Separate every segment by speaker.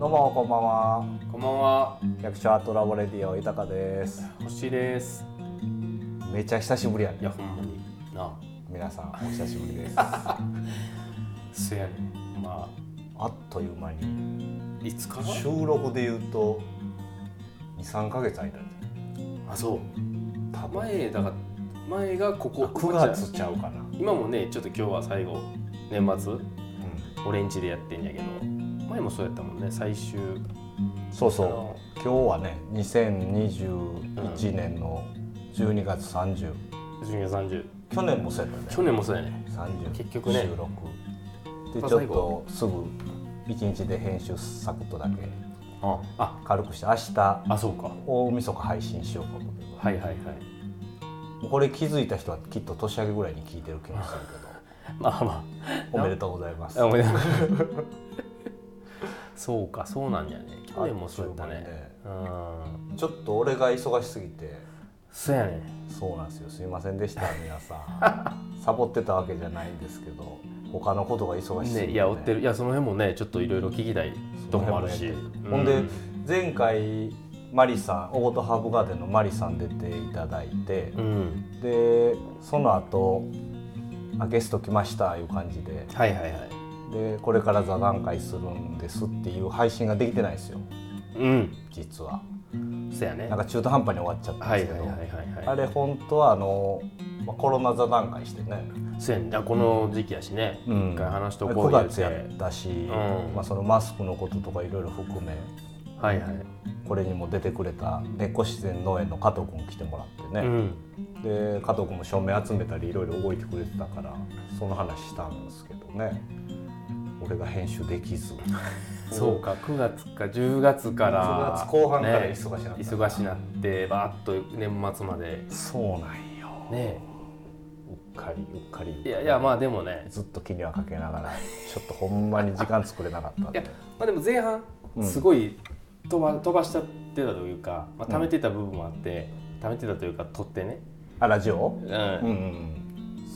Speaker 1: もこんばんは
Speaker 2: こんばんは、
Speaker 1: 役所アートラボレディオ豊です
Speaker 2: 星です。
Speaker 1: めちゃ久しぶりや
Speaker 2: い
Speaker 1: ね
Speaker 2: や、ほんまに。なあ、
Speaker 1: 皆さんお久しぶりですあ
Speaker 2: せやねん。ま
Speaker 1: っという間に
Speaker 2: あ、いつから
Speaker 1: 収録で言うと23ヶ月空いたんじ
Speaker 2: あ、そう。
Speaker 1: ゃん多分
Speaker 2: 前、だから、前がここ。
Speaker 1: 9月。ちゃうかな、
Speaker 2: 今もね、ちょっと今日は最後、年末、オレンジでやってんやけど、前もそうやったもんね、最終。
Speaker 1: そうそ
Speaker 2: あ
Speaker 1: う
Speaker 2: の
Speaker 1: 今日はね2021年の12月30、
Speaker 2: 12月30。
Speaker 1: 去年もそうやったね
Speaker 2: 去年もそうやね。
Speaker 1: 30
Speaker 2: 結局ね
Speaker 1: 収録で
Speaker 2: まあ
Speaker 1: ちょっ
Speaker 2: 最
Speaker 1: と
Speaker 2: 後
Speaker 1: すぐ1日で編集サクッとだけ
Speaker 2: ああ、
Speaker 1: 軽くして明日
Speaker 2: あ、そうか。
Speaker 1: 大晦日配信しようかと思って
Speaker 2: はいはいはい。
Speaker 1: もうこれ気づいた人はきっと年明けぐらいに聞いてる気もするけ
Speaker 2: ま あま
Speaker 1: どおめでとうございます
Speaker 2: あ。あ、おめでとう。そうか、そうなんやね。去年もそうやった
Speaker 1: あっという
Speaker 2: ね。うん。
Speaker 1: ちょっと俺が忙しすぎて
Speaker 2: そうやねん。
Speaker 1: そうなんですよすいませんでした皆さ んサボってたわけじゃないんですけど他のことが忙しすぎて、
Speaker 2: ね、いや追ってるいやその辺もねちょっといろいろ聞きたいとこもあるし、う
Speaker 1: ほんで前回マリさん大ごとハーブガーデンのマリさん出ていただいて、
Speaker 2: うん
Speaker 1: でその後あゲスト来ましたいう感じで
Speaker 2: はいはいはい
Speaker 1: でこれから座談会するんですっていう配信ができてないんですよ
Speaker 2: うん
Speaker 1: 実は
Speaker 2: そやね
Speaker 1: なんか中途半端に終わっちゃったん
Speaker 2: は
Speaker 1: で
Speaker 2: い
Speaker 1: す
Speaker 2: は
Speaker 1: け
Speaker 2: い
Speaker 1: ど、
Speaker 2: はいはい
Speaker 1: あ
Speaker 2: は
Speaker 1: れ本当はあの、まあ、コロナ座談会してね、
Speaker 2: いそやねこの時期やしね、一回話しとこう
Speaker 1: 9
Speaker 2: 言う
Speaker 1: 月
Speaker 2: て
Speaker 1: やったし、
Speaker 2: ん
Speaker 1: まあ、そのマスクのこととかいろいろ含め
Speaker 2: はいはい、
Speaker 1: これにも出てくれた猫自然農園の加藤君来てもらってね、
Speaker 2: うん
Speaker 1: で加藤君も署名集めたりいろいろ動いてくれてたからその話したんですけどね俺が編集でき ず
Speaker 2: そうか9月か10月から、
Speaker 1: 9月後半から忙しなった
Speaker 2: ね、忙しなってバーッと年末まで
Speaker 1: そうなんよ
Speaker 2: ね
Speaker 1: うっかりうっかりうっかり
Speaker 2: いやいやまあでもね
Speaker 1: ずっと気にはかけながらちょっとほんまに時間作れなかったん
Speaker 2: いや
Speaker 1: で
Speaker 2: まあでも前半
Speaker 1: うん
Speaker 2: すごい飛ば飛ばしちゃってたというか、まあ、溜めてた部分もあって、溜めてたというか取ってね、
Speaker 1: あラジオう
Speaker 2: うん
Speaker 1: んうんうん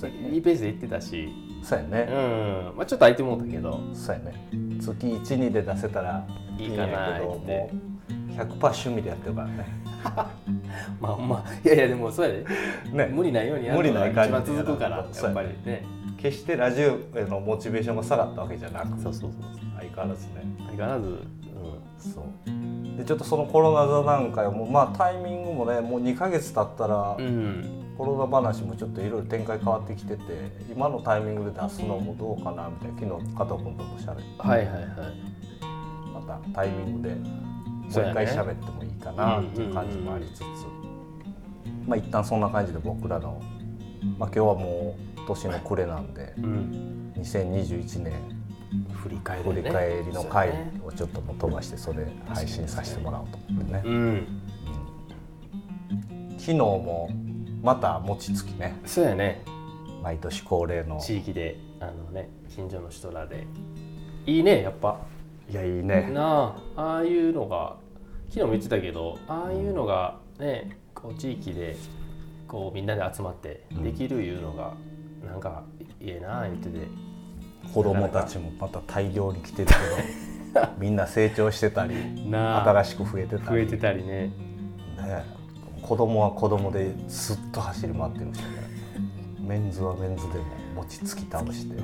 Speaker 1: そうや
Speaker 2: い
Speaker 1: ね
Speaker 2: いペースでいってたし、
Speaker 1: そうや
Speaker 2: うん
Speaker 1: ね
Speaker 2: まあ、ちょっと空いてもうたけど
Speaker 1: そうやね月12で出せたら
Speaker 2: いいかなーって
Speaker 1: いいんやけどもう100%趣味でやってるからね
Speaker 2: まあまあいやいやでもそうやで、
Speaker 1: ね
Speaker 2: 無理ないようにやるのが
Speaker 1: 無理ない
Speaker 2: 一
Speaker 1: 感
Speaker 2: 番
Speaker 1: じで
Speaker 2: 続くから
Speaker 1: や
Speaker 2: や
Speaker 1: らんと
Speaker 2: っぱりね
Speaker 1: 決してラジオへのモチベーションが下がったわけじゃなく
Speaker 2: そうそうそう
Speaker 1: 相変わらずね
Speaker 2: 相変わらず、うん、
Speaker 1: そうでちょっとそのコロナ座談会もまあタイミングもねもう2ヶ月経ったら
Speaker 2: うん、
Speaker 1: コロナ話もちょっといろいろ展開変わってきてて今のタイミングで出すのもどうかなみたいな昨日加藤君ともしゃべって
Speaker 2: はいはいはい
Speaker 1: またタイミングでもう一
Speaker 2: そうやね
Speaker 1: 回しゃべってもいいかなっていう感じもありつつ、まあ一旦そんな感じで僕らの、まあ、今日はもう年の暮れなんで
Speaker 2: うん、
Speaker 1: 2021年
Speaker 2: 振り返り、
Speaker 1: 振
Speaker 2: ね、
Speaker 1: り返りの回
Speaker 2: そうやね
Speaker 1: をちょっともう飛ばしてそれ配信させてもらおうと思ってね
Speaker 2: うん
Speaker 1: 昨日もまた餅つきね
Speaker 2: そうやね
Speaker 1: 毎年恒例の
Speaker 2: 地域であのね近所の人らでいいねやっぱ
Speaker 1: いやいいね
Speaker 2: なあああいうのが昨日も言ってたけどああいうのがねこう地域でこうみんなで集まって
Speaker 1: うん
Speaker 2: できるいうのが、なんかええなあ言ってて
Speaker 1: 子供たちもまた大量に来てるけ どみんな成長してたり
Speaker 2: な
Speaker 1: 新しく増えてた
Speaker 2: 増え
Speaker 1: り
Speaker 2: てたりね
Speaker 1: ね子供は子供ですっと走り回ってるしねメンズはメンズでも餅つき倒して、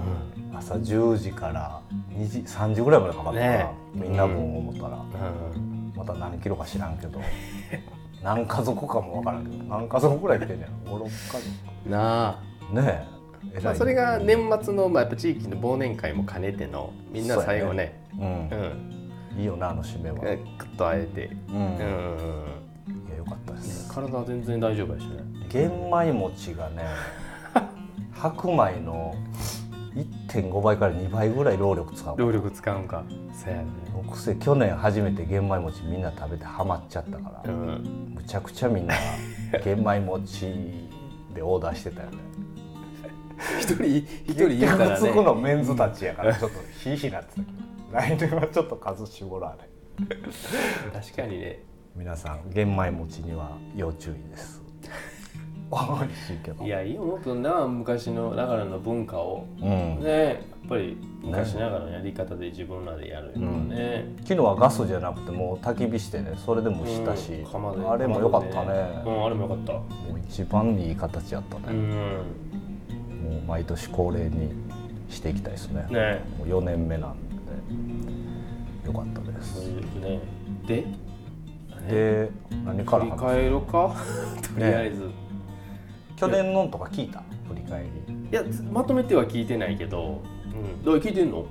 Speaker 1: 朝10時から2時3時ぐらいまでかかったから、
Speaker 2: ね
Speaker 1: みんな分思ったら、
Speaker 2: うん
Speaker 1: また何キロか知らんけど何家族かも分からんけど何家族ぐらい来てんねん56家
Speaker 2: なあ、
Speaker 1: 族ねえ偉い
Speaker 2: まあ、それが年末の、まあ、やっぱ地域の忘年会も兼ねてのみんな最後ね
Speaker 1: うん
Speaker 2: う、
Speaker 1: いいよなあの締めは、
Speaker 2: んえクッと会えて
Speaker 1: うん
Speaker 2: うん、
Speaker 1: い
Speaker 2: うん
Speaker 1: やよかったです
Speaker 2: 体は全然大丈夫やしね
Speaker 1: 玄米餅が ね白米の1.5倍から2倍ぐらい労力使う
Speaker 2: 労力使うんかそやね
Speaker 1: 僕せ去年初めて玄米餅みんな食べてハマっちゃったか
Speaker 2: う
Speaker 1: ら、
Speaker 2: ん
Speaker 1: むちゃくちゃみんな玄米餅でオーダーしてたよね
Speaker 2: 一人一人言うたら
Speaker 1: 結局そこ
Speaker 2: ね
Speaker 1: のメンズたちやからちょっとひいひいなってたけど来年はちょっと数絞られ
Speaker 2: 確かにね
Speaker 1: 皆さん玄米餅には要注意です美味しいけど
Speaker 2: いやいいよもっとな昔の長野の文化を
Speaker 1: うん、
Speaker 2: ねやっぱり昔ながらのやり方で自分らでやるよね、
Speaker 1: 昨日はガスじゃなくてもう焚き火してねそれでもしたし、
Speaker 2: うん釜で
Speaker 1: あれも良かったね
Speaker 2: うんあれもよかった
Speaker 1: もう一番いい形やった
Speaker 2: う
Speaker 1: ね、も
Speaker 2: ん
Speaker 1: う毎年恒例にしていきたいですね
Speaker 2: ね
Speaker 1: もう4年目なんで良かったで
Speaker 2: そう
Speaker 1: す、
Speaker 2: いうねで
Speaker 1: で何か
Speaker 2: 振
Speaker 1: ら
Speaker 2: り
Speaker 1: 話
Speaker 2: 返ろう かとりあえず、
Speaker 1: 去年のとか聞いた振り返り
Speaker 2: いやまとめては聞いてないけど、うん、どう聞いてんの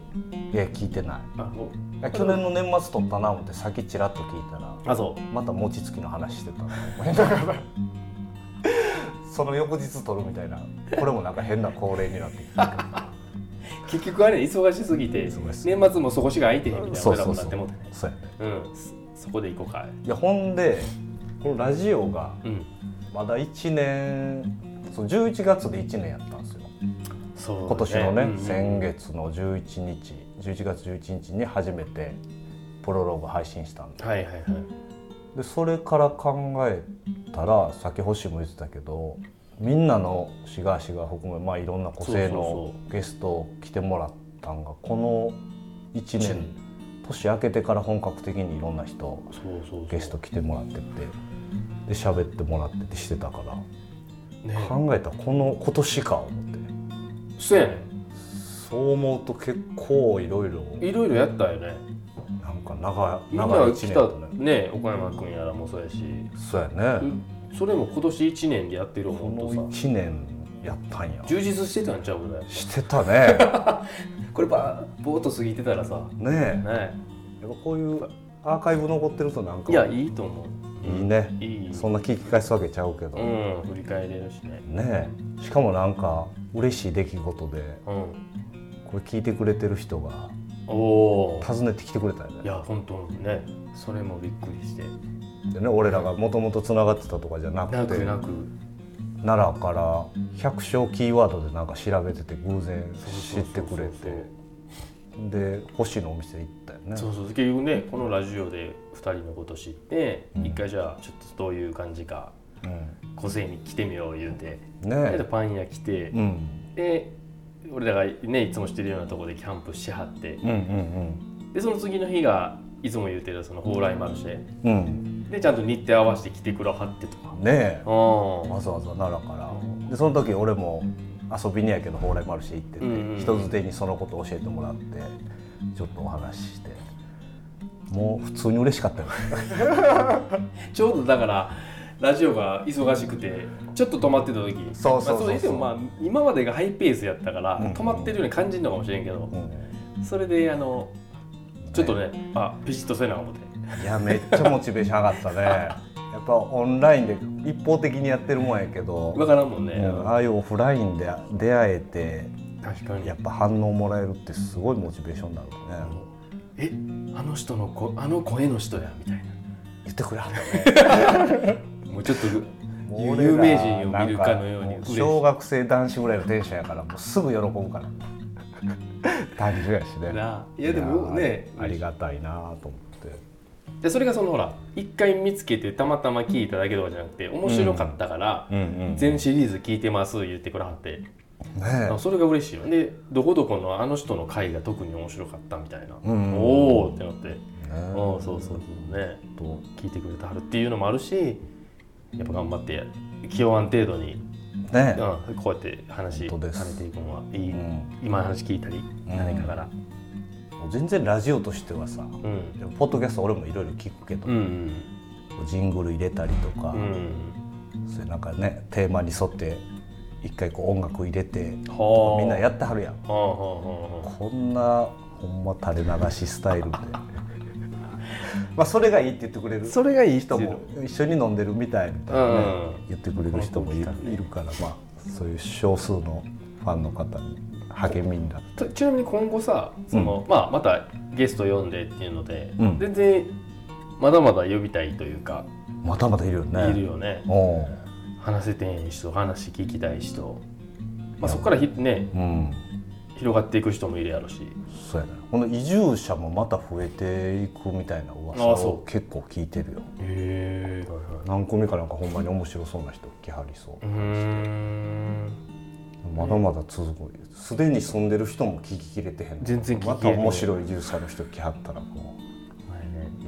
Speaker 1: いや聞いてない
Speaker 2: あもう
Speaker 1: いや去年の年末撮ったな思って先ちらっと聞いたら
Speaker 2: あそう
Speaker 1: また餅つきの話して たの思いながらその翌日撮るみたいなこれもなんか変な恒例になってきた
Speaker 2: 結局あれ忙しすぎて
Speaker 1: 忙しすぎて
Speaker 2: 年末もそこしか空いてへんみたいな
Speaker 1: そう
Speaker 2: 俺ら
Speaker 1: そ
Speaker 2: も
Speaker 1: うそ
Speaker 2: なっ
Speaker 1: う
Speaker 2: てもうてね
Speaker 1: そうやね
Speaker 2: うんそそこで行こうか
Speaker 1: いやほんでこのラジオが
Speaker 2: うん
Speaker 1: まだ1年そう11月で1年やったんですよ
Speaker 2: そう
Speaker 1: 今年のね、
Speaker 2: うんうん
Speaker 1: 先月の11日11月11日に初めてプロローグ配信したんで
Speaker 2: はいはいはい
Speaker 1: でそれから考えたらさっき星も言ってたけどみんなのシガーシガー含め、まあ、いろんな個性
Speaker 2: そう
Speaker 1: のゲストを来てもらったんがこの1年年明けてから本格的にいろんな人
Speaker 2: そうそうそう
Speaker 1: ゲスト来てもらっててで喋ってもらっててしてたから
Speaker 2: ね
Speaker 1: 考えたらこの今年か思って
Speaker 2: そうやね
Speaker 1: そう思うと結構いろいろ
Speaker 2: いろいろやったよね
Speaker 1: なんか長い
Speaker 2: みんな
Speaker 1: 長い
Speaker 2: が
Speaker 1: 一
Speaker 2: 来
Speaker 1: 年
Speaker 2: た
Speaker 1: だね
Speaker 2: ね岡山君やらもそうやし、
Speaker 1: そうやね
Speaker 2: それも今年1年でやってる
Speaker 1: こ
Speaker 2: ほんとさ
Speaker 1: の一年やったんや
Speaker 2: 充実してたんちゃうぐらい
Speaker 1: してたね
Speaker 2: こればぼーっと過ぎてたらさ
Speaker 1: ねえ
Speaker 2: ね
Speaker 1: やっぱこういうアーカイブ残ってるとなんか
Speaker 2: いやいいと思う
Speaker 1: いいね
Speaker 2: いい
Speaker 1: そんな聞き返すわけちゃうけど、
Speaker 2: うん振り返れるしね
Speaker 1: ねえしかもなんか嬉しい出来事で
Speaker 2: うん
Speaker 1: これ聞いてくれてる人が
Speaker 2: おお
Speaker 1: 訪ねてきてくれたよ
Speaker 2: い
Speaker 1: ね
Speaker 2: や本当にねそれもびっくりして
Speaker 1: でね俺らがもともとつながってたとかじゃな
Speaker 2: な
Speaker 1: く
Speaker 2: く
Speaker 1: て
Speaker 2: なく
Speaker 1: 奈良から百姓キーワードでなんか調べてて偶然知ってくれてで星のお店行ったよね
Speaker 2: そうそう結局ねこのラジオで2人のこと知って、
Speaker 1: うん
Speaker 2: 一回じゃあちょっとどういう感じか
Speaker 1: うん
Speaker 2: 個性に来てみよう言うて、
Speaker 1: ね
Speaker 2: でパン屋来て、
Speaker 1: えうん
Speaker 2: で俺らがねいつもしてるようなとこでキャンプしはって
Speaker 1: うんうん
Speaker 2: でその次の日がいつも言うてるその蓬莱マルシェ
Speaker 1: うんうん
Speaker 2: でちゃんと日程合わせて来てくらはってとか
Speaker 1: ねえ
Speaker 2: あ
Speaker 1: わざわざ奈良からでその時俺も遊びにやけど蓬莱マルシェ行ってて、
Speaker 2: うんうんうん
Speaker 1: 人づてにそのことを教えてもらってちょっとお話ししてもう普通に嬉しかったよね
Speaker 2: あちょうどだからラジオが忙しくてちょっと止まってた時
Speaker 1: そうそうそうそう
Speaker 2: まあ、言ってもまあ今までがハイペースやったから、
Speaker 1: うんうん
Speaker 2: 止まってるように感じるのかもしれんけど
Speaker 1: うん、
Speaker 2: それであのちょっとねあピシッとせな思って
Speaker 1: いやめっちゃモチベーション上がったねやっぱオンラインで一方的にやってるもんやけど
Speaker 2: 分からんもんね、
Speaker 1: うんああいうオフラインで出会えて
Speaker 2: 確かに
Speaker 1: やっぱ反応もらえるってすごいモチベーションになるね、
Speaker 2: えあの人のこあの声の人やみたいな
Speaker 1: 言ってくれはったね
Speaker 2: もうちょっとぐ
Speaker 1: もう俺
Speaker 2: 有
Speaker 1: ら
Speaker 2: 名人を見るかのように
Speaker 1: なんかも
Speaker 2: 嬉しい
Speaker 1: 小学生男子ぐらいのテンションやからもうすぐ喜ぶから単純やしね
Speaker 2: なあいやでもね
Speaker 1: いやありがたいなと思って
Speaker 2: でそれがそのほら一回見つけてたまたま聞いただけとかじゃなくて面白かったから、
Speaker 1: うんうん
Speaker 2: 全シリーズ聞いてます言ってくれはって、
Speaker 1: ね
Speaker 2: あそれが嬉しいよでどこどこのあの人の回が特に面白かったみたいな、
Speaker 1: うん
Speaker 2: おおってなって、うん、
Speaker 1: えねえ
Speaker 2: そうそうそうねと聞いてくれてはるっていうのもあるしやっぱ頑張って気弱ん程度に、
Speaker 1: ねえ
Speaker 2: うん、こうやって話
Speaker 1: 本当です
Speaker 2: されていくのはいい、
Speaker 1: うん
Speaker 2: 今の話聞いたり
Speaker 1: うん
Speaker 2: 何かから、
Speaker 1: 全然ラジオとしてはさ
Speaker 2: うん、
Speaker 1: ポッドキャスト俺もいろいろ聞くけど、
Speaker 2: うん
Speaker 1: ジングル入れたりとか、
Speaker 2: うんうん
Speaker 1: そういうなんかねテーマに沿って一回こう音楽入れて
Speaker 2: はあ
Speaker 1: みんなやってはるやん
Speaker 2: はあはあはあは
Speaker 1: こんなほんま垂れ流しスタイルで まあそれがいいって言ってくれ
Speaker 2: あ
Speaker 1: る
Speaker 2: それがいい
Speaker 1: 人
Speaker 2: 人
Speaker 1: も
Speaker 2: も
Speaker 1: 一緒に飲んでるみたいみたいなね、言ってくれる人もいる
Speaker 2: この時だね
Speaker 1: いるからまあそういう少数のファンの方に励みになる
Speaker 2: とちなみに今後さその、まあ、またゲスト呼んでっていうので、
Speaker 1: うん
Speaker 2: 全然まだまだ呼びたいというか、
Speaker 1: またまたいるよね
Speaker 2: いるよね
Speaker 1: おう
Speaker 2: 話せてん人話聞きたい人、まあ、そこからひ、ね、
Speaker 1: うん
Speaker 2: 広がっていく人もいるやろし
Speaker 1: そうやなこの移住者もまた増えていくみたいな噂
Speaker 2: ああそ
Speaker 1: を
Speaker 2: う
Speaker 1: 結構聞いてるよ
Speaker 2: へえ、はいは
Speaker 1: 何個目かなんかほんまに面白そうな人来はりそう
Speaker 2: うーん
Speaker 1: まだまだ続くすでに住んでる人も聞ききれてへん
Speaker 2: 全然聞ききれ
Speaker 1: ま
Speaker 2: て
Speaker 1: た
Speaker 2: へん
Speaker 1: 面白いユーザーの人来はったらもう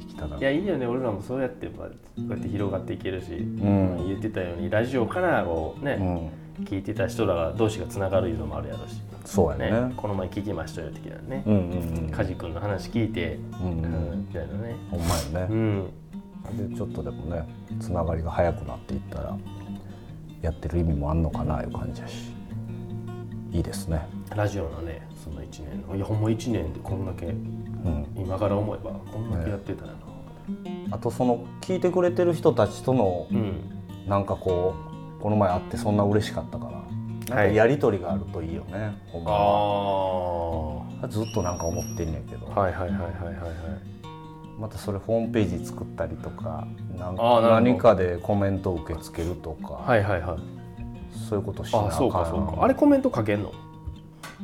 Speaker 1: 生きたら
Speaker 2: いやいいよね俺らもそうやってまあこうやって広がっていけるし、
Speaker 1: ん
Speaker 2: 言ってたようにラジオからこうね、
Speaker 1: うん
Speaker 2: 聞いてた人らが同士がつながるいうのもあるやろし、
Speaker 1: そうやね
Speaker 2: ねこの前聞きましたよ的なね
Speaker 1: う、んうん
Speaker 2: カジ君の話聞いて、
Speaker 1: うんうん
Speaker 2: う
Speaker 1: うん
Speaker 2: ん、みたいなね、
Speaker 1: ほんまや
Speaker 2: う
Speaker 1: ね、
Speaker 2: ん、
Speaker 1: でちょっとでもねつながりが早くなっていったらやってる意味もあんのかないう感じやしいいですね
Speaker 2: ラジオのねその1年のいやほんま1年でこんだけ
Speaker 1: うん
Speaker 2: 今から思えばこんだけやってたらな、
Speaker 1: あとその聞いてくれてる人たちとの
Speaker 2: うん
Speaker 1: なんかこうこの前会ってそんな嬉しかったからなんか
Speaker 2: はい
Speaker 1: やり取りがあるといいよね、ほん
Speaker 2: あ
Speaker 1: まは
Speaker 2: あは
Speaker 1: ずっとなんか思ってんねんけど、
Speaker 2: いはいはいはいはいはい
Speaker 1: またそれホームページ作ったりとかなんか
Speaker 2: あーなるほど
Speaker 1: 何かでコメントを受け付けるとか、
Speaker 2: はいはいはい
Speaker 1: そういうことしな
Speaker 2: あ
Speaker 1: あかん
Speaker 2: そうかそうかあれコメント書けんの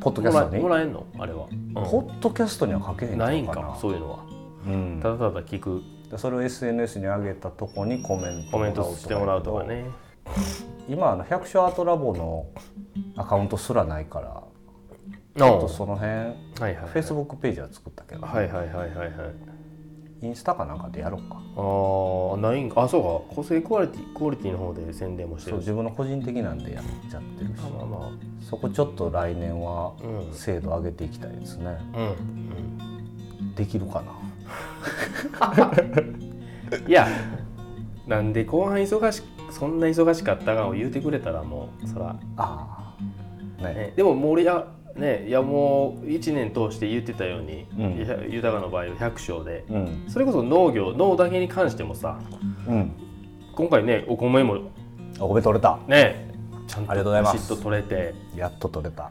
Speaker 1: ポッド
Speaker 2: も
Speaker 1: キャス
Speaker 2: ら
Speaker 1: トに
Speaker 2: もらえんのあれは、
Speaker 1: ポ
Speaker 2: う
Speaker 1: ッドキャストには書けへん
Speaker 2: ん、
Speaker 1: ちゃう
Speaker 2: ないんか
Speaker 1: な
Speaker 2: そういうのは
Speaker 1: うん、
Speaker 2: ただただ聞く
Speaker 1: でそれを SNS に上げたとこにコメント
Speaker 2: コ
Speaker 1: を
Speaker 2: メントしてもらうとかね
Speaker 1: 今あの百姓アートラボのアカウントすらないから
Speaker 2: あ
Speaker 1: ちょっとその辺
Speaker 2: はいはい
Speaker 1: フェイスブックページは作ったけど、
Speaker 2: はいはいはいはいはい
Speaker 1: インスタかなんかでやろうか
Speaker 2: ああないんかあそうか個性クオリティクオリティの方で宣伝もして
Speaker 1: そう
Speaker 2: るし
Speaker 1: 自分の個人的なんでやっちゃってるし
Speaker 2: まあまあま
Speaker 1: そこちょっと来年は
Speaker 2: あうん
Speaker 1: 精度上げていきたいですね
Speaker 2: うん、
Speaker 1: できるかな
Speaker 2: うん、いやなんで後半忙しそんな忙しかったかを言うてくれたらもうそら、
Speaker 1: ああね
Speaker 2: ね、でももう俺やねいやもう1年通して言ってたように、
Speaker 1: うん
Speaker 2: いや豊かの場合は百姓で
Speaker 1: うん
Speaker 2: それこそ農業農だけに関してもさ
Speaker 1: うん
Speaker 2: 今回ねお米も
Speaker 1: あ米取れた
Speaker 2: ねちゃん
Speaker 1: あ
Speaker 2: と
Speaker 1: りがとうございます
Speaker 2: ピシッと取れて
Speaker 1: やっと取れた、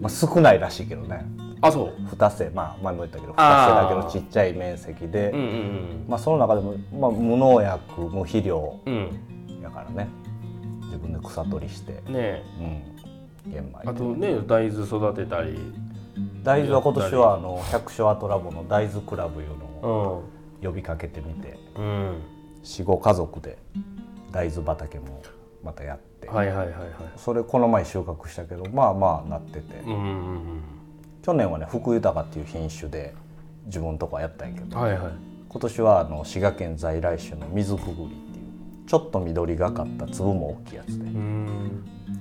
Speaker 1: まあ、少ないらしいけどね
Speaker 2: あそう
Speaker 1: 2世まあ前も言ったけど2
Speaker 2: あー
Speaker 1: 世だけのちっちゃい面積で、
Speaker 2: うんうん
Speaker 1: まあ、その中でも、まあ、無農薬無肥料
Speaker 2: うんうん
Speaker 1: やからね自分で草取りして、
Speaker 2: ねえ
Speaker 1: うん、玄米
Speaker 2: あとね大豆育てたり、
Speaker 1: 大豆は今年はあの百姓アートラボの大豆クラブいうのを
Speaker 2: ん
Speaker 1: 呼びかけてみて
Speaker 2: うん、
Speaker 1: 45家族で大豆畑もまたやって、
Speaker 2: はいはいはいはい、
Speaker 1: それこの前収穫したけどまあまあなってて、
Speaker 2: うんうん
Speaker 1: 去年はね福豊っていう品種で自分のとこはやったんやけ
Speaker 2: うん、
Speaker 1: ど
Speaker 2: はいはい、
Speaker 1: 今年はあの滋賀県在来種の水くぐりっていうちょっと緑がかった粒も大きいやつで
Speaker 2: うん、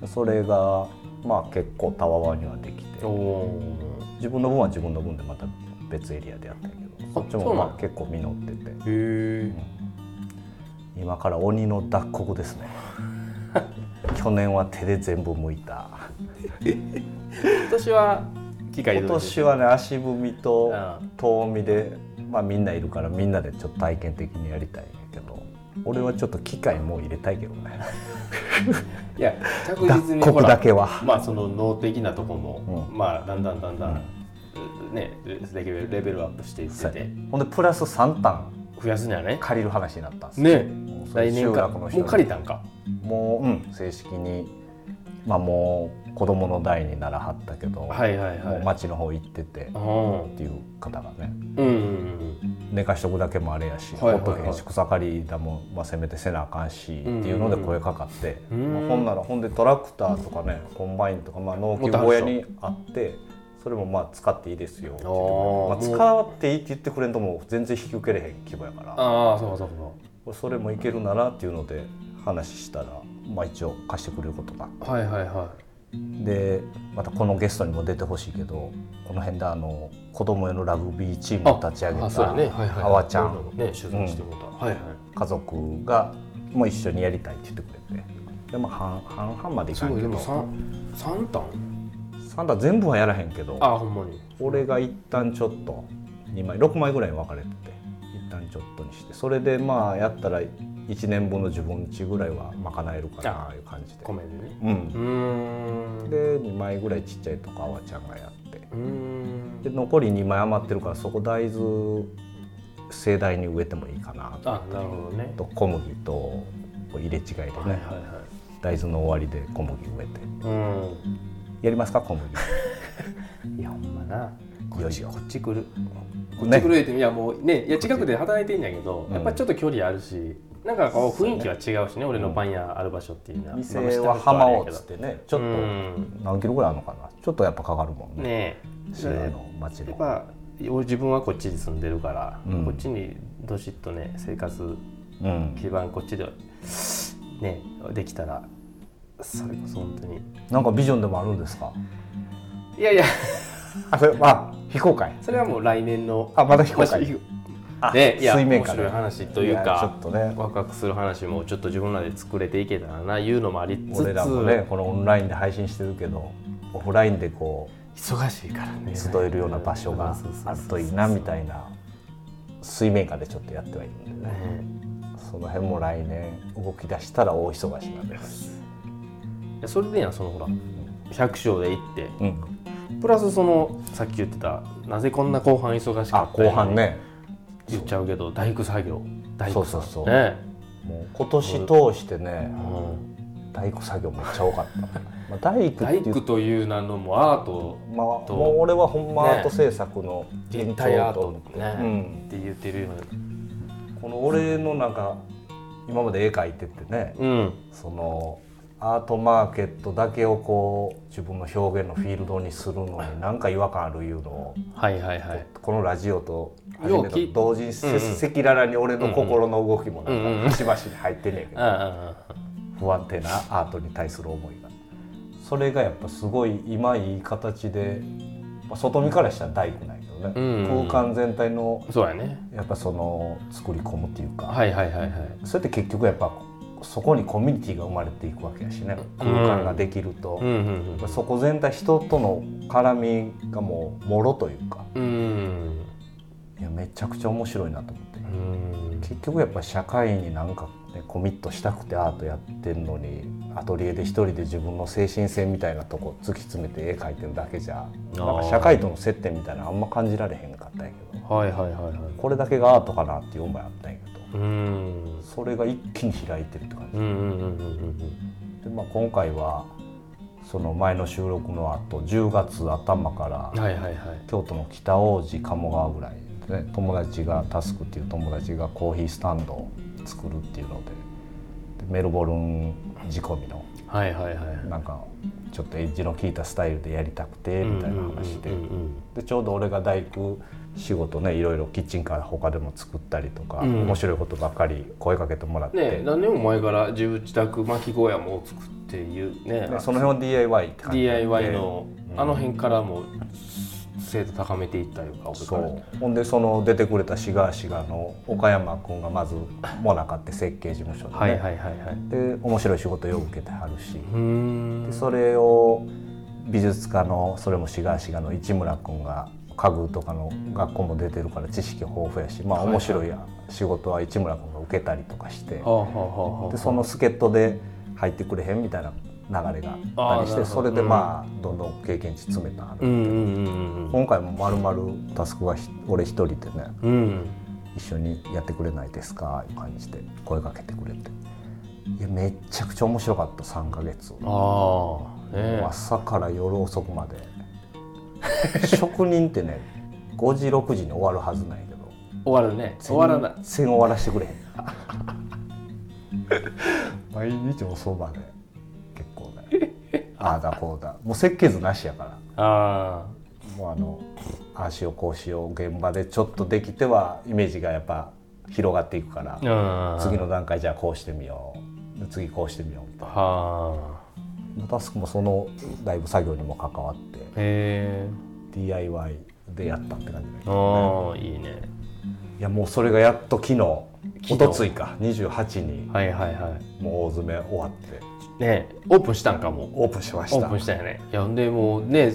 Speaker 1: それがまあ結構たわわにはできて
Speaker 2: おお、
Speaker 1: 自分の分は自分の分でまた別エリアでやったんやけどそっち
Speaker 2: そ
Speaker 1: も
Speaker 2: うなの
Speaker 1: まあ結構実ってて
Speaker 2: へえ、
Speaker 1: 今から鬼の脱穀です ね去年は手で全部剥いた
Speaker 2: 今年は機械
Speaker 1: 今年はね足踏みと
Speaker 2: ああ
Speaker 1: 遠見でまあみんないるからみんなでちょっと体験的にやりたいんやけど俺はちょっと機械もう入れたいけど ね
Speaker 2: いや着実
Speaker 1: 脱
Speaker 2: にほ
Speaker 1: 穀
Speaker 2: ら
Speaker 1: だけは
Speaker 2: まあその脳的なとこも、
Speaker 1: う
Speaker 2: まあだんだんだんだん、ねレベルレベルアップしていって
Speaker 1: そうや
Speaker 2: て
Speaker 1: ねほんでプラス3単
Speaker 2: 増やすにはね、
Speaker 1: 借りる話になったんですよ
Speaker 2: ね
Speaker 1: もうそれ
Speaker 2: 来年
Speaker 1: 集
Speaker 2: か
Speaker 1: 落
Speaker 2: も
Speaker 1: の
Speaker 2: う
Speaker 1: 人に
Speaker 2: 借りたんか、
Speaker 1: もう、うん、正式に、まあ、もう子供の代にならはったけど、
Speaker 2: はいはいは
Speaker 1: もう
Speaker 2: い、
Speaker 1: 町の方行ってて
Speaker 2: うん
Speaker 1: っていう方がね
Speaker 2: うんうん
Speaker 1: 寝かしとくだけもあれやし、
Speaker 2: はいはいはい
Speaker 1: ほっとけへんし草刈りだもん、まあ、せめてせなあかんし、っていうので声かかって、
Speaker 2: うん
Speaker 1: まあ、ほんならほんでトラクターとかねコンバインとか、まあ、農機具小屋にあって。それもまあ使っていいですよって言って
Speaker 2: あー
Speaker 1: くれるまあ、使っていいって言ってくれんともう全然引き受けれへん規模やから
Speaker 2: ああそうかそうかそうか
Speaker 1: それもいけるならっていうので話したら、まあ、一応貸してくれることが
Speaker 2: はいはいは
Speaker 1: でまたこのゲストにも出てほしいけどこの辺であの子供用のラグビーチームを立ち上げ
Speaker 2: い。あ、そうやね。はいはい。
Speaker 1: たあわちゃ
Speaker 2: 俺らも
Speaker 1: ん
Speaker 2: ね、取材してもらった。はいはい。
Speaker 1: 家族がもう一緒にやりたいって言ってくれてでまあ半半々までい
Speaker 2: す
Speaker 1: かん
Speaker 2: ごい
Speaker 1: け
Speaker 2: でも
Speaker 1: ど
Speaker 2: 三三タン。
Speaker 1: サンダー全部はやらへんけど
Speaker 2: あ、ほんまに。
Speaker 1: 俺が一旦ちょっと2枚6枚ぐらいに分かれてて一旦ちょっとにしてそれでまあやったら1年分の自分家ぐらいは賄えるかなあいう感じで、
Speaker 2: 米でね。
Speaker 1: う、
Speaker 2: うんーん。
Speaker 1: で2枚ぐらいちっちゃいとかあわちゃんがやって
Speaker 2: うーん。
Speaker 1: で残り2枚余ってるからそこ大豆盛大に植えてもいいかなと
Speaker 2: あ、なるほどね。
Speaker 1: と小麦とこう入れ違いでね、
Speaker 2: はいはいは
Speaker 1: 大豆の終わりで小麦植えて
Speaker 2: い。うん。
Speaker 1: やりますか小麦
Speaker 2: いや、ほんまな。
Speaker 1: いよいよ
Speaker 2: こっち来る。こっ
Speaker 1: ね
Speaker 2: ち来るって、いや、もうね、いや、近くで働いてんやけど、
Speaker 1: うん
Speaker 2: やっぱちょっと距離あるし。なんかこう雰囲気は違うしね俺のパン屋ある場所っていうのは
Speaker 1: 店は浜を
Speaker 2: ち
Speaker 1: っ
Speaker 2: ょ
Speaker 1: つ
Speaker 2: っ
Speaker 1: ってねちょ
Speaker 2: と
Speaker 1: っと何キロぐらいあるのかなちょっとやっぱかかるもんね
Speaker 2: ねえ
Speaker 1: 滋賀の町
Speaker 2: やっ
Speaker 1: の
Speaker 2: ぱ俺自分はこっちに住んでるから、
Speaker 1: うん
Speaker 2: こっちにどしっとね生活
Speaker 1: うん
Speaker 2: 基盤こっちでねできたらそれこそ本当に
Speaker 1: なんかビジョンでもあるんですか
Speaker 2: いやいや
Speaker 1: あそれあ非公開
Speaker 2: それはもう来年の
Speaker 1: あまだ非公開あ
Speaker 2: ねいや
Speaker 1: 水面
Speaker 2: 面
Speaker 1: 下
Speaker 2: 白い話という
Speaker 1: やちょ
Speaker 2: か
Speaker 1: っとね
Speaker 2: ワクワクする話もちょっと自分らで作れていけたらないうのもありつつ
Speaker 1: 俺らもねこのオンラインで配信してるけどオフラインでこ
Speaker 2: 忙しいからね
Speaker 1: う集えるような場所が
Speaker 2: そうそうそ
Speaker 1: あ
Speaker 2: う
Speaker 1: るといいなみたいな水面下でちょっとやってはいるんでね
Speaker 2: ね
Speaker 1: その辺も来年動き出したら大忙しなんです、
Speaker 2: いやそれでやんそのほら百姓で行って
Speaker 1: うん、
Speaker 2: プラスそのさっき言ってたなぜこんな後半忙しか
Speaker 1: あ
Speaker 2: った
Speaker 1: 後半ね
Speaker 2: 言っちゃうけど大工作業大
Speaker 1: そ
Speaker 2: 工
Speaker 1: うそうそう、
Speaker 2: ね
Speaker 1: もう今年通してね
Speaker 2: うん
Speaker 1: 大工作業めっちゃ多かった、まあ、大工って
Speaker 2: 大
Speaker 1: いう
Speaker 2: 工という名のもアート
Speaker 1: まあ、もう
Speaker 2: と
Speaker 1: 俺はほんまアート制作の
Speaker 2: 現代アート
Speaker 1: と、
Speaker 2: ね、
Speaker 1: うん、
Speaker 2: って言ってるよ
Speaker 1: この俺のなんか今まで絵描いてってね
Speaker 2: うな
Speaker 1: そのアートマーケットだけをこう自分の表現のフィールドにするの に何か違和感あるいうのを
Speaker 2: うんはいはいはい
Speaker 1: このラジオと始
Speaker 2: よう
Speaker 1: め
Speaker 2: 聞い
Speaker 1: た同時にせ
Speaker 2: うんうん
Speaker 1: 赤裸々に俺の心の動きも
Speaker 2: うんうん
Speaker 1: なん
Speaker 2: うん
Speaker 1: かしばしに入ってんねんけ
Speaker 2: う
Speaker 1: ど
Speaker 2: んうん
Speaker 1: 不安定なアートに対する思いがそれがやっぱすごい今いい形で、まあ、外見からしたら大工ないけどね、
Speaker 2: うんうん
Speaker 1: 空間全体の
Speaker 2: うんそうやね
Speaker 1: やっぱその作り込むっていうか、
Speaker 2: はいはいはいはい
Speaker 1: それって結局やっぱそこにコミュニティが生まれていくわけやしね
Speaker 2: うん
Speaker 1: 空間ができると、
Speaker 2: うんうん
Speaker 1: やっぱそこ全体人との絡みがもうもろというか
Speaker 2: うんうん
Speaker 1: いやめちゃくちゃ面白いなと思って
Speaker 2: うん
Speaker 1: 結局やっぱ社会になんか、ね、コミットしたくてアートやってんのにアトリエで一人で自分の精神性みたいなとこ突き詰めて絵描いてるだけじゃなんか社会との接点みたいなのあんま感じられへんかったんやけど
Speaker 2: はいはいはいはい
Speaker 1: これだけがアートかなっていう思いあったんやけど
Speaker 2: うん
Speaker 1: それが一気に開いてるって感
Speaker 2: うんうんうんうん
Speaker 1: じで、まあ、今回はその前の収録のあと10月頭から
Speaker 2: うんはいはいはい
Speaker 1: 京都の北大路鴨川ぐらいで、ね、友達がタスクっていう友達がコーヒースタンドを作るっていうのででメルボルン仕込みの
Speaker 2: はいはいはい
Speaker 1: なんかちょっとエッジの効いたスタイルでやりたくてみたいな話で,、
Speaker 2: うんうん
Speaker 1: でちょうど俺が大工仕事ねいろいろキッチンから他でも作ったりとか、
Speaker 2: うん
Speaker 1: 面白いことばっかり声かけてもらっ
Speaker 2: うん
Speaker 1: て、
Speaker 2: ねえ何年も前から自分自宅巻き小屋も作っていうね
Speaker 1: でその辺を DIY って感じで
Speaker 2: DIY の
Speaker 1: うん
Speaker 2: あの辺からも精度高めていったよか俺か
Speaker 1: そ
Speaker 2: ら
Speaker 1: うほんでその出てくれたシガーシガーの岡山君がまずモナカって設計事務所で、ね
Speaker 2: はいはいはいはい
Speaker 1: で面白い仕事をよく受けてはるし、
Speaker 2: うーん
Speaker 1: でそれを美術家のそれも志賀志賀の市村君が家具とかの学校も出てるから知識豊富やし、まあ、
Speaker 2: はいはい
Speaker 1: 面白い仕事は市村君が受けたりとかして、
Speaker 2: はあはあはあはあ
Speaker 1: でその助っ人で入ってくれへんみたいな流れがあったりし
Speaker 2: あーなるほど
Speaker 1: てそれでまあどんどん経験値詰めたは
Speaker 2: う
Speaker 1: る、
Speaker 2: んうんうん
Speaker 1: 今回もまるまるタスクはひ俺一人でね
Speaker 2: うんうん
Speaker 1: 一緒にやってくれないですかいう感じで声かけてくれていやめっちゃくちゃ面白かった3ヶ月。
Speaker 2: ああね
Speaker 1: 朝から夜遅くまで職人ってね5時6時に終わるはずないけど
Speaker 2: 終わるね終わらない
Speaker 1: 全然終わらしてくれへん 毎日おそばで結構ねああだこうだもう設計図なしやから
Speaker 2: あ
Speaker 1: もうあのああしようこうしよう現場でちょっとできてはイメージがやっぱ広がっていくから
Speaker 2: あ
Speaker 1: 次
Speaker 2: の
Speaker 1: の段階じゃあこうしてみよう次こうしてみようみたい
Speaker 2: はあ
Speaker 1: なタスクもそのだいぶ作業にも関わって
Speaker 2: へえ
Speaker 1: DIY でやったって感じだけど
Speaker 2: ああいいね
Speaker 1: いやもうそれがやっと昨日
Speaker 2: 昨日
Speaker 1: 一昨日か28に
Speaker 2: はいはいはい
Speaker 1: もう大詰め終わって
Speaker 2: ねオープンしたんかも
Speaker 1: オープンしまし
Speaker 2: オ
Speaker 1: た
Speaker 2: ープンしたよねいやでもうね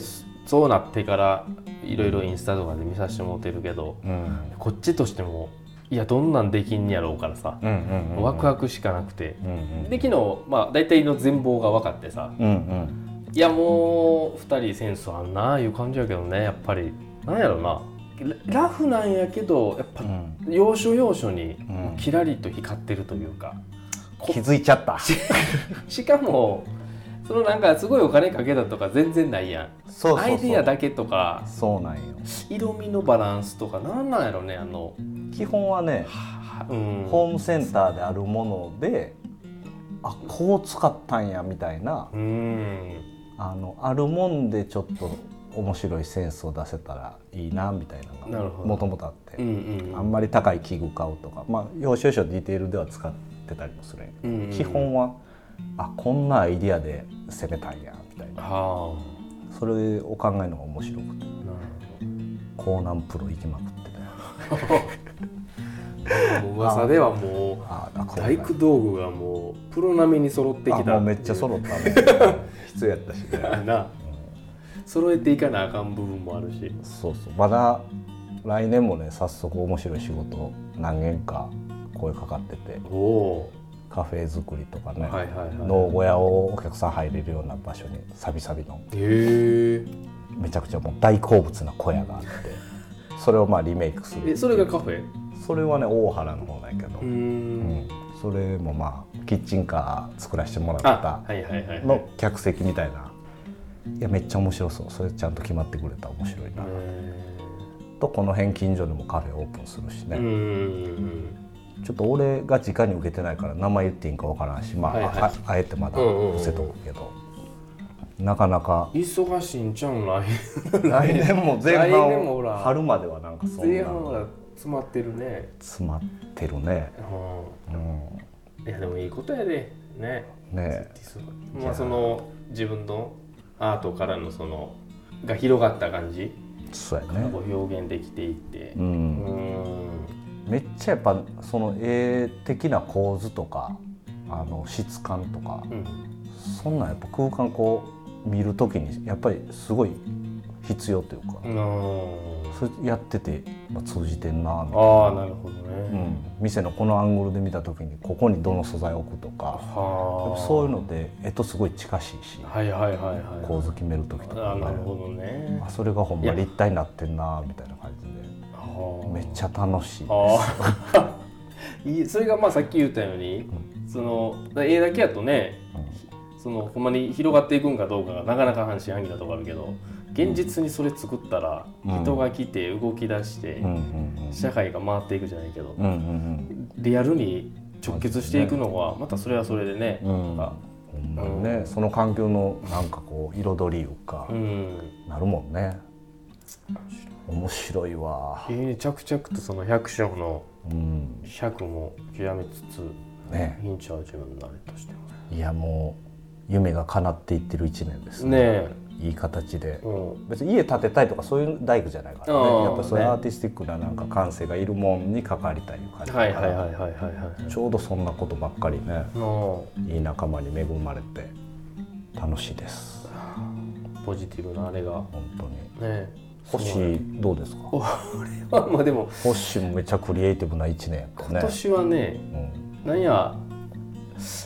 Speaker 2: そうなってからいろいろインスタとかで見させてもらってるけど
Speaker 1: うん、
Speaker 2: こっちとしてもいやどんなんできんやろうからさ
Speaker 1: うんうんうん
Speaker 2: ワクワクしかなくて
Speaker 1: うんうん
Speaker 2: で昨日まあ大体の全貌が分かってさ
Speaker 1: うんうん
Speaker 2: いやもう2人センスあんなあいう感じやけどねやっぱりなんやろなララフなんやけどやっぱ
Speaker 1: うん
Speaker 2: 要所要所に
Speaker 1: うん
Speaker 2: キラリと光ってるというか、
Speaker 1: 気づいちゃった
Speaker 2: しかもそのなんかすごいお金かけたとか全然ないやん
Speaker 1: そうそう
Speaker 2: アイデ
Speaker 1: そ
Speaker 2: ア
Speaker 1: う
Speaker 2: だけとか
Speaker 1: そうなんよ
Speaker 2: 色味のバランスとかなんなんやろねあの
Speaker 1: 基本はね
Speaker 2: はうん
Speaker 1: ホームセンターであるものであこう使ったんやみたいな
Speaker 2: うん
Speaker 1: あのあるもんでちょっと面白いセンスを出せたらいいなみたいなの
Speaker 2: な
Speaker 1: が
Speaker 2: るほど
Speaker 1: もともとあって、
Speaker 2: うんうん
Speaker 1: あんまり高い器具買うとかまあ要所要所ディテールでは使ってたりもするんやけど、
Speaker 2: うんうん
Speaker 1: 基本はあこんなアイディアで攻めたんやみたいな
Speaker 2: は
Speaker 1: それを考えるのが面白くて
Speaker 2: あな
Speaker 1: 高難プロ行きまくってたよ
Speaker 2: るほどもう噂ではもう
Speaker 1: ああこう
Speaker 2: 大工道具がもうプロ並みに揃ってき
Speaker 1: あ
Speaker 2: た
Speaker 1: もうめっちゃ揃ったね 必要やったしね
Speaker 2: うな揃えていかなあかん部分もあるし
Speaker 1: そうそうまだ来年もね早速面白い仕事何件か声かかってて
Speaker 2: おお
Speaker 1: カフェ作りとかね、
Speaker 2: ーはいはいはい
Speaker 1: 農小屋をお客さん入れるような場所にサビサビの
Speaker 2: へ
Speaker 1: めちゃくちゃもう大好物な小屋があってそれをまあリメイクする
Speaker 2: えそれがカフェ
Speaker 1: それはね大原の方なんやけど、
Speaker 2: うー
Speaker 1: うん
Speaker 2: ん
Speaker 1: それもまあキッチンカー作らせてもら
Speaker 2: あ
Speaker 1: っ
Speaker 2: はいはいはい
Speaker 1: たの客席みたいな。いやめっちゃ面白そうそれちゃんと決まってくれたら面白いな、
Speaker 2: へ
Speaker 1: とこの辺近所でもカフェオープンするし
Speaker 2: ーう
Speaker 1: ね、
Speaker 2: ん
Speaker 1: ちょっと俺が直に受けてないから名前言っていいんかわからんしまあ、
Speaker 2: はいはい
Speaker 1: ああえてまだ伏せとくけど、なかな か
Speaker 2: 忙しいんちゃうん来
Speaker 1: 来年も前
Speaker 2: 来年も
Speaker 1: 半
Speaker 2: ほら
Speaker 1: 春まではなんかそん
Speaker 2: 前
Speaker 1: な
Speaker 2: 半は詰まってるね
Speaker 1: 詰まってるね、う
Speaker 2: う
Speaker 1: ん、
Speaker 2: んいやでもいいことやでね
Speaker 1: ね
Speaker 2: まあその自分のアートからのそのが広がった感じ
Speaker 1: そうやね
Speaker 2: を表現できていって
Speaker 1: う
Speaker 2: うんん
Speaker 1: めっちゃやっぱその絵的な構図とかあの質感とか
Speaker 2: うん
Speaker 1: そんなんやっぱ空間こう見るときにやっぱりすごい必要というか、
Speaker 2: うん
Speaker 1: それやってて、まあ、通じてんなみたい
Speaker 2: ああなるほど
Speaker 1: な、う
Speaker 2: ね
Speaker 1: ん、店のこのアングルで見たときにここにどの素材を置くとかやっ
Speaker 2: はあ
Speaker 1: ぱそういうので絵とすごい近しいし
Speaker 2: はいはいはいはい
Speaker 1: 構図決めるときと
Speaker 2: あ
Speaker 1: か
Speaker 2: あ
Speaker 1: ね
Speaker 2: なるほどね
Speaker 1: あそれがほんま
Speaker 2: いや
Speaker 1: 立体になってんなみたいな感じでめっちゃ楽しいです
Speaker 2: ああ いいそれがまあさっき言ったように、そのだ絵だけやとねそのほんまに広がっていくんかどうかがなかなか半信半疑なとこあるけど現実にそれ作ったら
Speaker 1: うん
Speaker 2: 人が来て動き出して
Speaker 1: うんうんうん
Speaker 2: 社会が回っていくじゃないけど
Speaker 1: うんうん
Speaker 2: リアルに直結していくのはまたそれはそれでね
Speaker 1: うんうん
Speaker 2: あ
Speaker 1: ほんまにねその環境のなんかこう彩りいうか
Speaker 2: うん
Speaker 1: なるもんね面白いわ
Speaker 2: 急に着々とその百章の
Speaker 1: うん
Speaker 2: 百も極めつつ
Speaker 1: ね
Speaker 2: いいんちゃう自分のあれとしても
Speaker 1: いやもう夢が叶っていってる一年です
Speaker 2: ね
Speaker 1: ね
Speaker 2: え
Speaker 1: いい形で
Speaker 2: うん
Speaker 1: 別に家建てたいとかそういう大工じゃないから
Speaker 2: あ
Speaker 1: ね
Speaker 2: ー
Speaker 1: やっぱそういう
Speaker 2: ね
Speaker 1: アーティスティックななんか感性がいるもんに関わりたいいう感じだか
Speaker 2: はい
Speaker 1: ら
Speaker 2: はいはいはいはいはい
Speaker 1: ちょうどそんなことばっかりね
Speaker 2: の
Speaker 1: いい仲間に恵まれて楽しいです
Speaker 2: ポジティブなあれが
Speaker 1: 本当に
Speaker 2: ね
Speaker 1: 星どうですか
Speaker 2: はまあでも
Speaker 1: 星もめちゃクリエイティブな一年やった
Speaker 2: 今
Speaker 1: ね
Speaker 2: 年はねなんや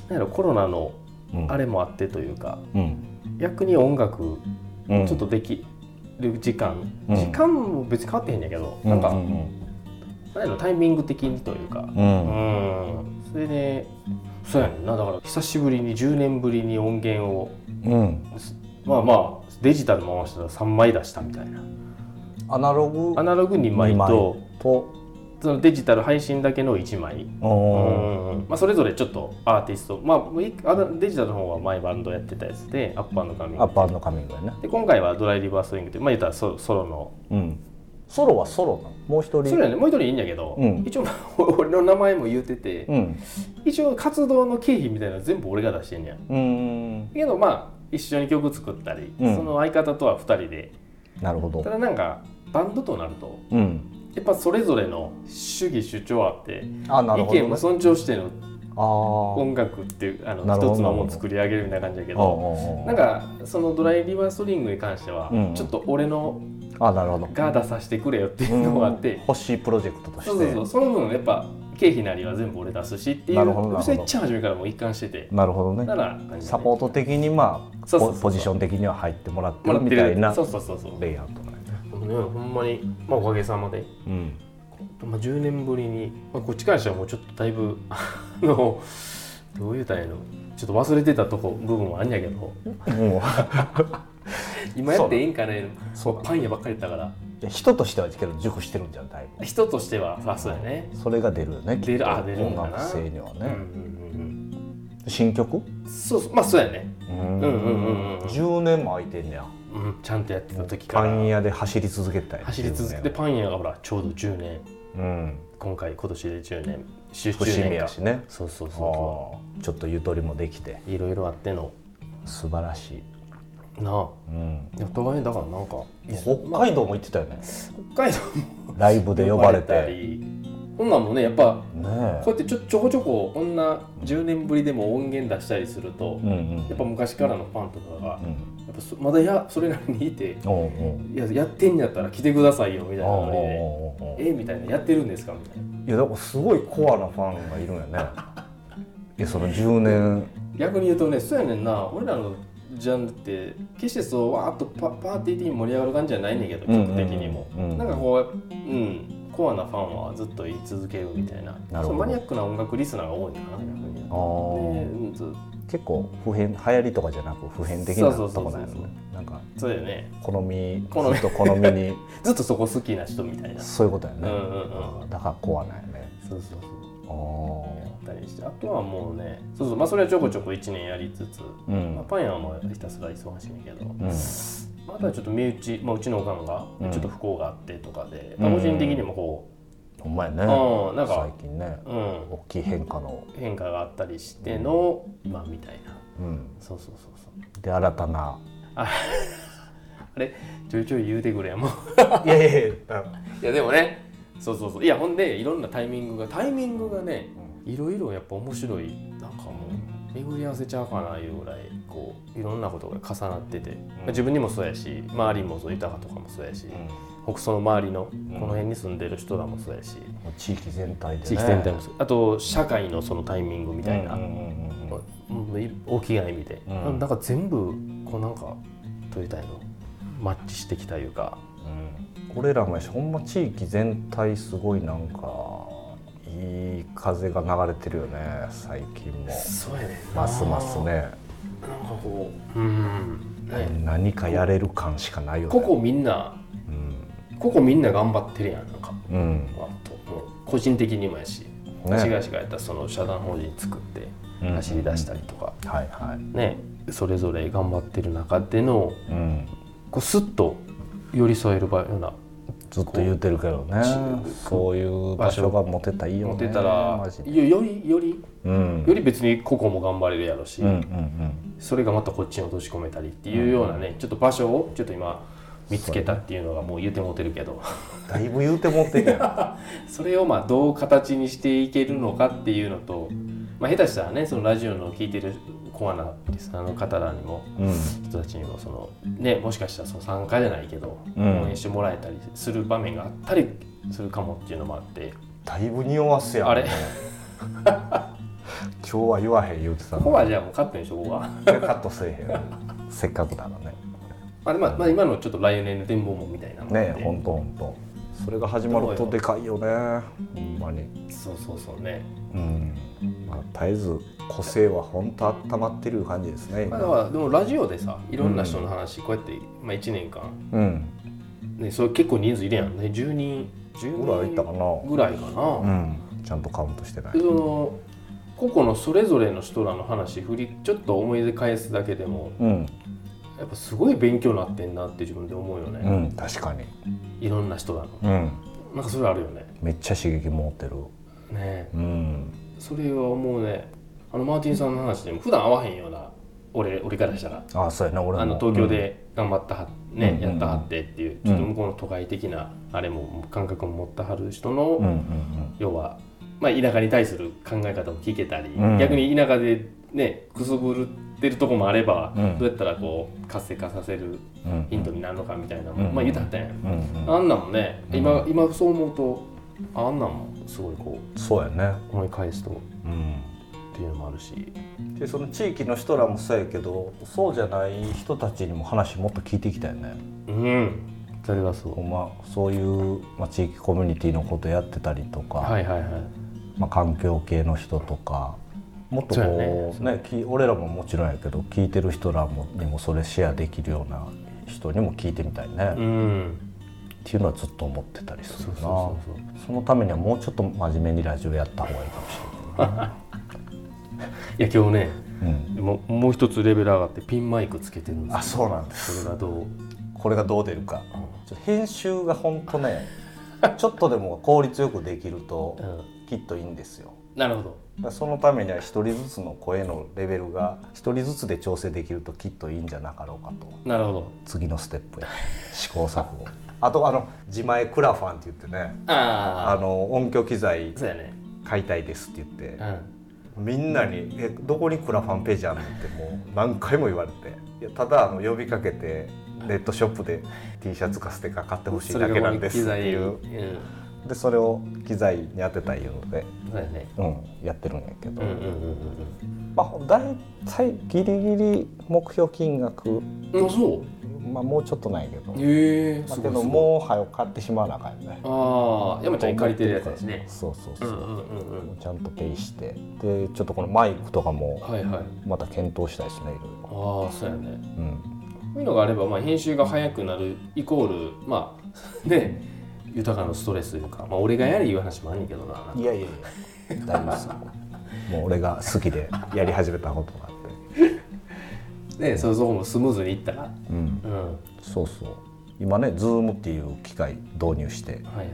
Speaker 2: なんやろコロナの
Speaker 1: うんうん
Speaker 2: あれもあってというか
Speaker 1: うん
Speaker 2: 逆に音楽
Speaker 1: うん
Speaker 2: ちょっとできる時間、
Speaker 1: うん
Speaker 2: 時間も別に変わってへんねんけど、なんか、
Speaker 1: ううん
Speaker 2: なんやろタイミング的にというか
Speaker 1: う
Speaker 2: うんん、それでそうやねんなだから久しぶりに10年ぶりに音源を
Speaker 1: うんうん
Speaker 2: まあまあデジタル回したら3枚出したみたいな
Speaker 1: アナログ
Speaker 2: アナログ2枚と
Speaker 1: と
Speaker 2: そのデジタル配信だけの1枚
Speaker 1: おー
Speaker 2: うんまあ、それぞれちょっとアーティスト、まあもうい、あのデジタルの方は前バンドやってたやつでアッパーの髪
Speaker 1: アッパーのカミングやね
Speaker 2: で今回はドライリバースイングという、まあ、言ったらソソロの
Speaker 1: うんソロはソロなのもう一
Speaker 2: そ
Speaker 1: 人
Speaker 2: れはねもう一人いいんやけど、
Speaker 1: うん
Speaker 2: 一応まあ俺の名前も言うてて、
Speaker 1: うん
Speaker 2: 一応活動の経費みたいなの全部俺が出してんねや
Speaker 1: うん
Speaker 2: けどまあ一緒に曲作ったり、
Speaker 1: うん
Speaker 2: その相方とは2人で
Speaker 1: なるほど
Speaker 2: ただなんかバンドとなると
Speaker 1: うん
Speaker 2: やっぱそれぞれの主義主張あって、
Speaker 1: あなる
Speaker 2: 意
Speaker 1: ほど
Speaker 2: 見
Speaker 1: ね
Speaker 2: も尊重しての
Speaker 1: あー
Speaker 2: 音楽っていうあの
Speaker 1: なるほど
Speaker 2: 一つのものを作り上げるみたいな感じやけ
Speaker 1: あーあ
Speaker 2: ど
Speaker 1: ー
Speaker 2: なんかそのドライリバーストリングに関しては、
Speaker 1: うん
Speaker 2: ちょっと俺の
Speaker 1: あなるほど
Speaker 2: が出させてくれよっていうのがあって、
Speaker 1: 星プロジェクトとして
Speaker 2: そうそうそうその分やっぱ経費なりは全部俺出すしってい
Speaker 1: な
Speaker 2: う
Speaker 1: るほどなるほど
Speaker 2: それいっちゃん初めからもう一貫してて
Speaker 1: なるほど
Speaker 2: だ
Speaker 1: ね
Speaker 2: から感じ
Speaker 1: サポート的にまあ
Speaker 2: そうそうそう
Speaker 1: ポポジション的には入ってもらって
Speaker 2: もら
Speaker 1: る
Speaker 2: って
Speaker 1: み
Speaker 2: る
Speaker 1: たいな
Speaker 2: そうそうそうそうね
Speaker 1: レイアウトなんやね
Speaker 2: ほんまに、まあ、おかげさまで、
Speaker 1: うん
Speaker 2: まあ、10年ぶりに、まあ、こっちからしたらもうちょっとだいぶあのどう言うたらいいのちょっと忘れてたとこ部分はあんやけど
Speaker 1: もう
Speaker 2: 今やっていいんかね
Speaker 1: そう
Speaker 2: パン屋ばっかりだったから
Speaker 1: いや人としてはけど熟してるんじゃんだいぶ
Speaker 2: 人としてはまあそうやね、
Speaker 1: それが出るよねきっと
Speaker 2: 出るあ出るん
Speaker 1: 音
Speaker 2: だな
Speaker 1: 楽性には
Speaker 2: うんうん
Speaker 1: ね、新曲、
Speaker 2: そうそうまあそうやね
Speaker 1: う
Speaker 2: う
Speaker 1: ん
Speaker 2: んうんうんうん
Speaker 1: 10年も空いてんねや
Speaker 2: うんちゃんとやってた時か
Speaker 1: パ
Speaker 2: ら
Speaker 1: ン屋で走り続けたい
Speaker 2: 走り続けてパン屋がほらちょうど10年
Speaker 1: うん
Speaker 2: 今回今年で10年出
Speaker 1: 節
Speaker 2: 10
Speaker 1: 目
Speaker 2: 年
Speaker 1: や
Speaker 2: か
Speaker 1: しね
Speaker 2: そうそう
Speaker 1: あ
Speaker 2: そ
Speaker 1: ーちょっとゆとりもできて
Speaker 2: ういろいろあっての
Speaker 1: 素晴らしい、
Speaker 2: なあ
Speaker 1: うん、
Speaker 2: お互いだからなんか
Speaker 1: 北海道も行ってたよね
Speaker 2: 北海道
Speaker 1: ライブで呼ばれ
Speaker 2: 呼ばた
Speaker 1: て
Speaker 2: りこんなんもねやっぱ
Speaker 1: ねえ
Speaker 2: こうやってちょちょこちょここんな10年ぶりでも音源出したりすると、
Speaker 1: うんうん
Speaker 2: やっぱ昔からのファンとかが、
Speaker 1: う
Speaker 2: や
Speaker 1: ん
Speaker 2: っぱそまだやそれなりにいて
Speaker 1: おうおう
Speaker 2: いややってんやったら来てくださいよみたいな
Speaker 1: おう
Speaker 2: ノリ
Speaker 1: お
Speaker 2: で
Speaker 1: うおうおう
Speaker 2: えみたいなやってるんですかみたいない
Speaker 1: やだからすごいコアなファンがいるんやね いやその10年
Speaker 2: 逆に言うとねそうやねんな俺らのジャンルって決してそうわーっとパパーティー的に盛り上がる感じじゃないねんけど
Speaker 1: うん
Speaker 2: 曲的にも、
Speaker 1: うんうん
Speaker 2: なんかこううんコアなファンはずっと言い続けるみたいな
Speaker 1: なるほど
Speaker 2: そうマニアックな音楽リスナーが多いんだな逆に
Speaker 1: あー
Speaker 2: でうんずっと
Speaker 1: 結構普遍流行りとかじゃなく普遍的な
Speaker 2: そうそう
Speaker 1: とこ
Speaker 2: そうそう
Speaker 1: なんやねなんか
Speaker 2: そうだよね
Speaker 1: 好み
Speaker 2: 好み
Speaker 1: ずっと好み に
Speaker 2: ずっとそこ好きな人みたいな
Speaker 1: そういうことやね、
Speaker 2: うんうん
Speaker 1: だからコアなんやね
Speaker 2: そうそうそう
Speaker 1: あー
Speaker 2: やったりしてあとはもうねそうそうまあそれはちょこちょこ1年やりつつ、
Speaker 1: う
Speaker 2: まあ、
Speaker 1: ん
Speaker 2: パン屋はまあひたすら忙しいんやけど、
Speaker 1: うん
Speaker 2: まあ、あとはちょっと身内、まあ、うちのおかん
Speaker 1: う
Speaker 2: が
Speaker 1: ん
Speaker 2: ちょっと不幸があってとかで、
Speaker 1: うん
Speaker 2: まあ個人的にもこ
Speaker 1: ほんまやね
Speaker 2: う、うんなんか
Speaker 1: 最、近ね
Speaker 2: うん、
Speaker 1: 大きい変化の、
Speaker 2: 変化があったりしての今みたいな
Speaker 1: うん、
Speaker 2: そうそうそうそう
Speaker 1: で新たな
Speaker 2: あれちょいちょい言うてくれやもう
Speaker 1: いやいやいや
Speaker 2: いやでもねそうそうそういやほんでいろんなタイミングがタイミングがねいろいろやっぱ面白いなんかもう巡り合わせちゃうかないうぐらいこういろんなことが重なってて、まあ自分にもそうやし周りもそう豊かとかもそうやし、北総の周りのこの辺に住んでる人らもそうやし、
Speaker 1: もう地域全体で、ね、
Speaker 2: 地域全体もそうあと社会のそのタイミングみ
Speaker 1: み
Speaker 2: たいな、
Speaker 1: うんうんうんうん
Speaker 2: うんい大きな意味で、
Speaker 1: うん
Speaker 2: なんか全部こうなんかとりたいのマッチしてきたいうか
Speaker 1: 俺らもやしほんま地域全体すごいなんかいい風が流れてるよね最近も
Speaker 2: そうやね
Speaker 1: ますますね
Speaker 2: なんかこううん、ね
Speaker 1: 何かやれる感しかないよね
Speaker 2: ここみんな
Speaker 1: うん、
Speaker 2: ここみんな頑張ってるやんなんか
Speaker 1: うん
Speaker 2: わっともう個人的にもやし、
Speaker 1: ね
Speaker 2: 市街市がやったらその社団法人作って
Speaker 1: うん
Speaker 2: 走り出したりとか、
Speaker 1: はいはい
Speaker 2: ねそれぞれ頑張ってる中での
Speaker 1: うん
Speaker 2: こうスッと寄り添える場合ような
Speaker 1: ずっと言うてるけどねそういう場所が持てたらいいよね
Speaker 2: 持てたら
Speaker 1: マジで
Speaker 2: よよりより
Speaker 1: うん
Speaker 2: より別に個々も頑張れるやろし、
Speaker 1: うんうん
Speaker 2: それがまたこっちに落とし込めたりっていうようなねちょっと場所をちょっと今見つけたっていうのがもう言うてもうてるけど
Speaker 1: うんだいぶ言うて持ってるや
Speaker 2: それをまあどう形にしていけるのかっていうのと、まあ、下手したらねそのラジオの聞いてるコアなリスナーの方らにも
Speaker 1: ん、うん
Speaker 2: 人たちにもその、ね、もしかしたらその参加じゃないけど、
Speaker 1: うん
Speaker 2: 応援してもらえたりする場面があったりするかもっていうのもあって
Speaker 1: だいぶ匂わすやん
Speaker 2: あれ
Speaker 1: もう今日は言わへん言うてた
Speaker 2: ここはじゃあもうカットにしとこうか
Speaker 1: カットせえへんせっかくだからね
Speaker 2: まあでも、まあ、今のちょっと来年の展望もみたいなの
Speaker 1: ねえ
Speaker 2: で
Speaker 1: ほんとほんとそれが始まるとでかいよねほんまに
Speaker 2: そうそうそうね、
Speaker 1: うんまあ絶えず個性はほんとあったまってる感じですね
Speaker 2: ま
Speaker 1: 今
Speaker 2: あ、だからでもラジオでさいろんな人の話こうやって、まあ、1年間、
Speaker 1: うん
Speaker 2: ね、そう結構人数いるやんね10人10人
Speaker 1: ぐらいいったかな
Speaker 2: ぐらいかな、
Speaker 1: うんちゃんとカウントしてない
Speaker 2: でその個々のそれぞれの人らの話振りちょっと思い出返すだけでも
Speaker 1: うん
Speaker 2: やっぱすごい勉強になってんなって自分で思うよね、
Speaker 1: うん確かに
Speaker 2: いろんな人らの
Speaker 1: うん
Speaker 2: なんかそれあるよね
Speaker 1: めっちゃ刺激持ってる
Speaker 2: ねえ
Speaker 1: うん
Speaker 2: それはもうねあのマーティンさんの話でも普段会わへんような俺俺からしたら
Speaker 1: あそうやな俺も
Speaker 2: あの東京で頑張ったは、
Speaker 1: うんう
Speaker 2: ね
Speaker 1: ん
Speaker 2: やったはってっていうちょっと向こうの都会的なあれも感覚も持ったはる人の、
Speaker 1: うんうん
Speaker 2: 要は、まあ、田舎に対する考え方も聞けたり、
Speaker 1: うん
Speaker 2: 逆に田舎でねくすぶるってるとこもあれば、
Speaker 1: うん
Speaker 2: どうやったらこう活性化させる
Speaker 1: うんうん
Speaker 2: ヒントになるのかみたいなの
Speaker 1: うん
Speaker 2: も、まあ言うたったやん、
Speaker 1: うんうん
Speaker 2: あんなんもね今今そう思うとあんなんもすごいこう
Speaker 1: そうやね
Speaker 2: 思い返すとっ
Speaker 1: うん
Speaker 2: ていうのもあるし
Speaker 1: でその地域の人らもそうやけどそうじゃない人たちにも話もっと聞いていきたいね
Speaker 2: うんそれはそ
Speaker 1: ほ
Speaker 2: うん
Speaker 1: まそういう、まあ、地域コミュニティのことやってたりとか、
Speaker 2: はいはいはい
Speaker 1: まあ、環境系の人とかもっと
Speaker 2: そうやね
Speaker 1: こうねき俺らももちろんやけど聞いてる人らもにもそれシェアできるような人にも聞いてみたいね、
Speaker 2: う
Speaker 1: っ
Speaker 2: ん
Speaker 1: ていうのはずっと思ってたりするな
Speaker 2: そうそうそう
Speaker 1: そのためにはもうちょっと真面目にラジオやった方がいいかもし
Speaker 2: いや今日ね
Speaker 1: れない、うん、
Speaker 2: もうもう一つレベル上がってピンマイクつけてるんで
Speaker 1: あ
Speaker 2: すよ
Speaker 1: そうなんです
Speaker 2: それがどう
Speaker 1: これがどう出るかちょっと編集がほんとねちょっとでも効率よくできると
Speaker 2: う
Speaker 1: きっといいんですよ
Speaker 2: なるほど
Speaker 1: だからそのためには一人ずつの声のレベルが一人ずつで調整できるときっといいんじゃなかろうかと
Speaker 2: なるほど
Speaker 1: 次のステップへ試行錯誤あとあの自前クラファンって言ってねあ
Speaker 2: あ
Speaker 1: の音響機材
Speaker 2: あそうやね
Speaker 1: 買いたいですって言って
Speaker 2: う
Speaker 1: みんなに「えどこにクラファンページあんの?」ってもう何回も言われていやただあの呼びかけてネットショップで T シャツかステッカー買ってほ
Speaker 2: ん
Speaker 1: しいだけなんです
Speaker 2: そ
Speaker 1: って
Speaker 2: れ
Speaker 1: い
Speaker 2: がも
Speaker 1: う
Speaker 2: う機材うん
Speaker 1: でそれを機材に当てたいので、
Speaker 2: そうやね
Speaker 1: うん、やってるんやけ
Speaker 2: う
Speaker 1: ど、
Speaker 2: んうんうん
Speaker 1: まあ大体ギリギリ目標金額、
Speaker 2: うんうんあそう
Speaker 1: まあ、もうちょっとないけど、ま
Speaker 2: へえ
Speaker 1: あ、
Speaker 2: す
Speaker 1: け
Speaker 2: ごい
Speaker 1: ど
Speaker 2: すごい
Speaker 1: もう早く買ってしまわなあかんよね
Speaker 2: ああ山ちゃんに借りてるやつですね
Speaker 1: そうそう
Speaker 2: う
Speaker 1: そ
Speaker 2: んう
Speaker 1: う、
Speaker 2: んうんうん
Speaker 1: ちゃんとペイしてでちょっとこのマイクとかも
Speaker 2: はいはい
Speaker 1: また検討したいですねいろいろ
Speaker 2: ああそうやね
Speaker 1: うん
Speaker 2: こういうのがあれば、まあ、編集が早くなるイコールまあ ね豊かなストレスというか、まあ、俺がやれいう話もあんねんけどななんか
Speaker 1: いやいやいや大丈夫ですよもう俺が好きでやり始めたことがあって
Speaker 2: ねそうそこもスムーズにいったら
Speaker 1: うん
Speaker 2: うんは
Speaker 1: そうそう今ね Zoom っていう機械導入して
Speaker 2: いはい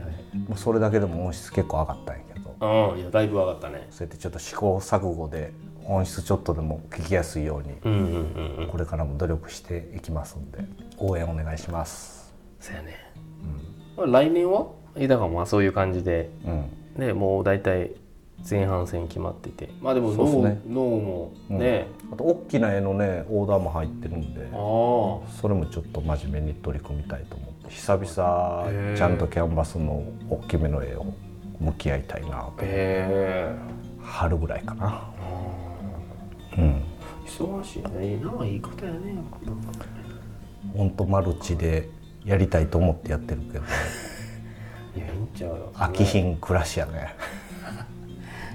Speaker 1: もうそれだけでも音質結構上がったんやけど
Speaker 2: うんいやだいぶ上がったね
Speaker 1: そうやってちょっと試行錯誤で音質ちょっとでも聞きやすいように
Speaker 2: うんうんうんうん
Speaker 1: これからも努力していきますんで応援お願いします
Speaker 2: そうやね、まあ、来年はえだからまあそういう感じで
Speaker 1: うん
Speaker 2: ねもう大体前半戦決まっててまあでも
Speaker 1: そうっす
Speaker 2: 脳,、
Speaker 1: ね
Speaker 2: 脳も
Speaker 1: うん
Speaker 2: ね、
Speaker 1: あと大きな絵のねオーダーも入ってるんで
Speaker 2: ああ
Speaker 1: それもちょっと真面目に取り組みたいと思って久々ちゃんとキャンバスの大きめの絵を向き合いたいなと
Speaker 2: へ
Speaker 1: 春ぐらいかな
Speaker 2: えあ
Speaker 1: うん
Speaker 2: あ忙しいねいいないいことやねやっぱ
Speaker 1: ほんとマルチでやりたいと思ってやってるけど
Speaker 2: いやいいんちゃうよ
Speaker 1: 飽きひん暮らしやね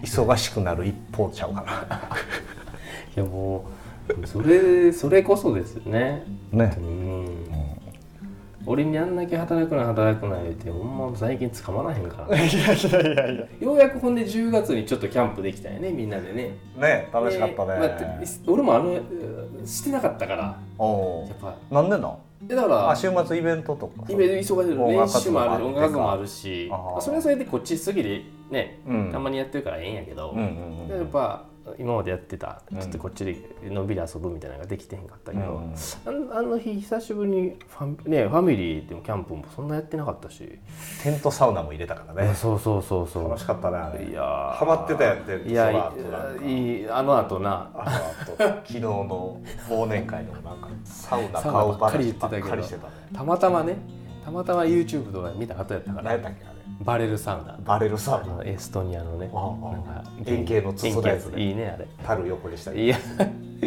Speaker 1: 忙しくなる一方ちゃうか
Speaker 2: いやもうそれそれこそですよね。
Speaker 1: な
Speaker 2: う
Speaker 1: ね
Speaker 2: ん。俺にあんだけ働くな働くな言ってほんま最近つかまらへんから、
Speaker 1: いやいやいやいや
Speaker 2: ようやくほんで10月にちょっとキャンプできたよねみんなでね
Speaker 1: ね楽しかった
Speaker 2: でまあ
Speaker 1: ね、
Speaker 2: 俺もあのうんしてなかったから
Speaker 1: おお
Speaker 2: やっぱ
Speaker 1: うなんでなん
Speaker 2: えだから
Speaker 1: あ週末イベントとか
Speaker 2: イベント忙しい
Speaker 1: 音楽
Speaker 2: 練習もある
Speaker 1: と
Speaker 2: 音
Speaker 1: か
Speaker 2: 楽もあるし
Speaker 1: あー
Speaker 2: まあそれはそれでこっち過ぎでね
Speaker 1: うん
Speaker 2: たまにやってるからええんやけど、
Speaker 1: うんうんう
Speaker 2: やっ
Speaker 1: ん
Speaker 2: ぱ今までやってた
Speaker 1: うん
Speaker 2: ちょっとこっちでのんびり遊ぶみたいなのができてへんかったけど、
Speaker 1: うん
Speaker 2: あのあの日久しぶりにファミ,、ね、ファミリーでもキャンプもそんなやってなかったし、
Speaker 1: テントサウナも入れたからね
Speaker 2: そうそうそうそう
Speaker 1: 楽しかったねあれ
Speaker 2: いやー
Speaker 1: ハマってたやんテント
Speaker 2: いや
Speaker 1: その後なんか
Speaker 2: いいいいあの後な
Speaker 1: あとあと昨日の忘年会のなんかサウナ
Speaker 2: サ
Speaker 1: 買
Speaker 2: ウナ
Speaker 1: う
Speaker 2: ばっか
Speaker 1: 話
Speaker 2: り言っ
Speaker 1: ば
Speaker 2: てた
Speaker 1: っ
Speaker 2: けど
Speaker 1: かりしてたね
Speaker 2: たまたまねたまたま YouTube 動画で見た方やったか
Speaker 1: 何やっ
Speaker 2: ら
Speaker 1: たっけあれ
Speaker 2: バレルサウナ
Speaker 1: バレルサ
Speaker 2: あ
Speaker 1: ウ
Speaker 2: のエストニアのね
Speaker 1: ああ
Speaker 2: なんか
Speaker 1: 円形の筒のやつね
Speaker 2: 円形いいねあれ
Speaker 1: ナ樽横にしたり
Speaker 2: いや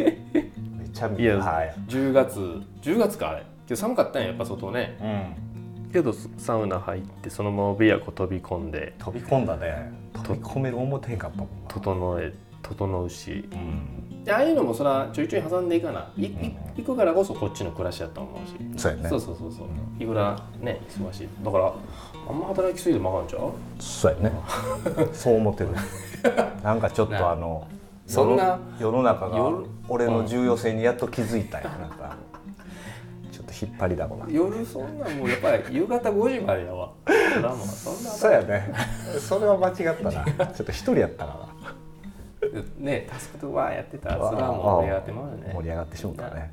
Speaker 1: めちゃめ
Speaker 2: い
Speaker 1: ちゃ
Speaker 2: や
Speaker 1: はい
Speaker 2: 10月10月かあれけど寒かったんややっぱ外ね、
Speaker 1: うん
Speaker 2: けどサウナ入ってそのまま琵琶湖飛び込んで
Speaker 1: 飛び込んだね飛び込める思てへんかったもんな
Speaker 2: 整え整うし
Speaker 1: うん
Speaker 2: でああいうのもそれはちょいちょい挟んでいかないい行くからこそこっちの暮らしやと思うし、
Speaker 1: そうやね
Speaker 2: そうそうそうそういくらね忙しいだからあんま働きすぎてもあかんちゃう
Speaker 1: そうやね そう思ってるなんかちょっ
Speaker 2: ね
Speaker 1: とあの
Speaker 2: そんな
Speaker 1: 世の世の中が
Speaker 2: 夜
Speaker 1: 俺の重要性にやっと気づいたよなんかちょっと引っ張りだこな
Speaker 2: 夜そんなもうやっぱり夕方5時までやわそらもうそんな
Speaker 1: そうやねそれは間違ったなちょっと一人やったから
Speaker 2: ねタスクとわーやってたらそらもう出会ってまうよね
Speaker 1: 盛り上がってしまったね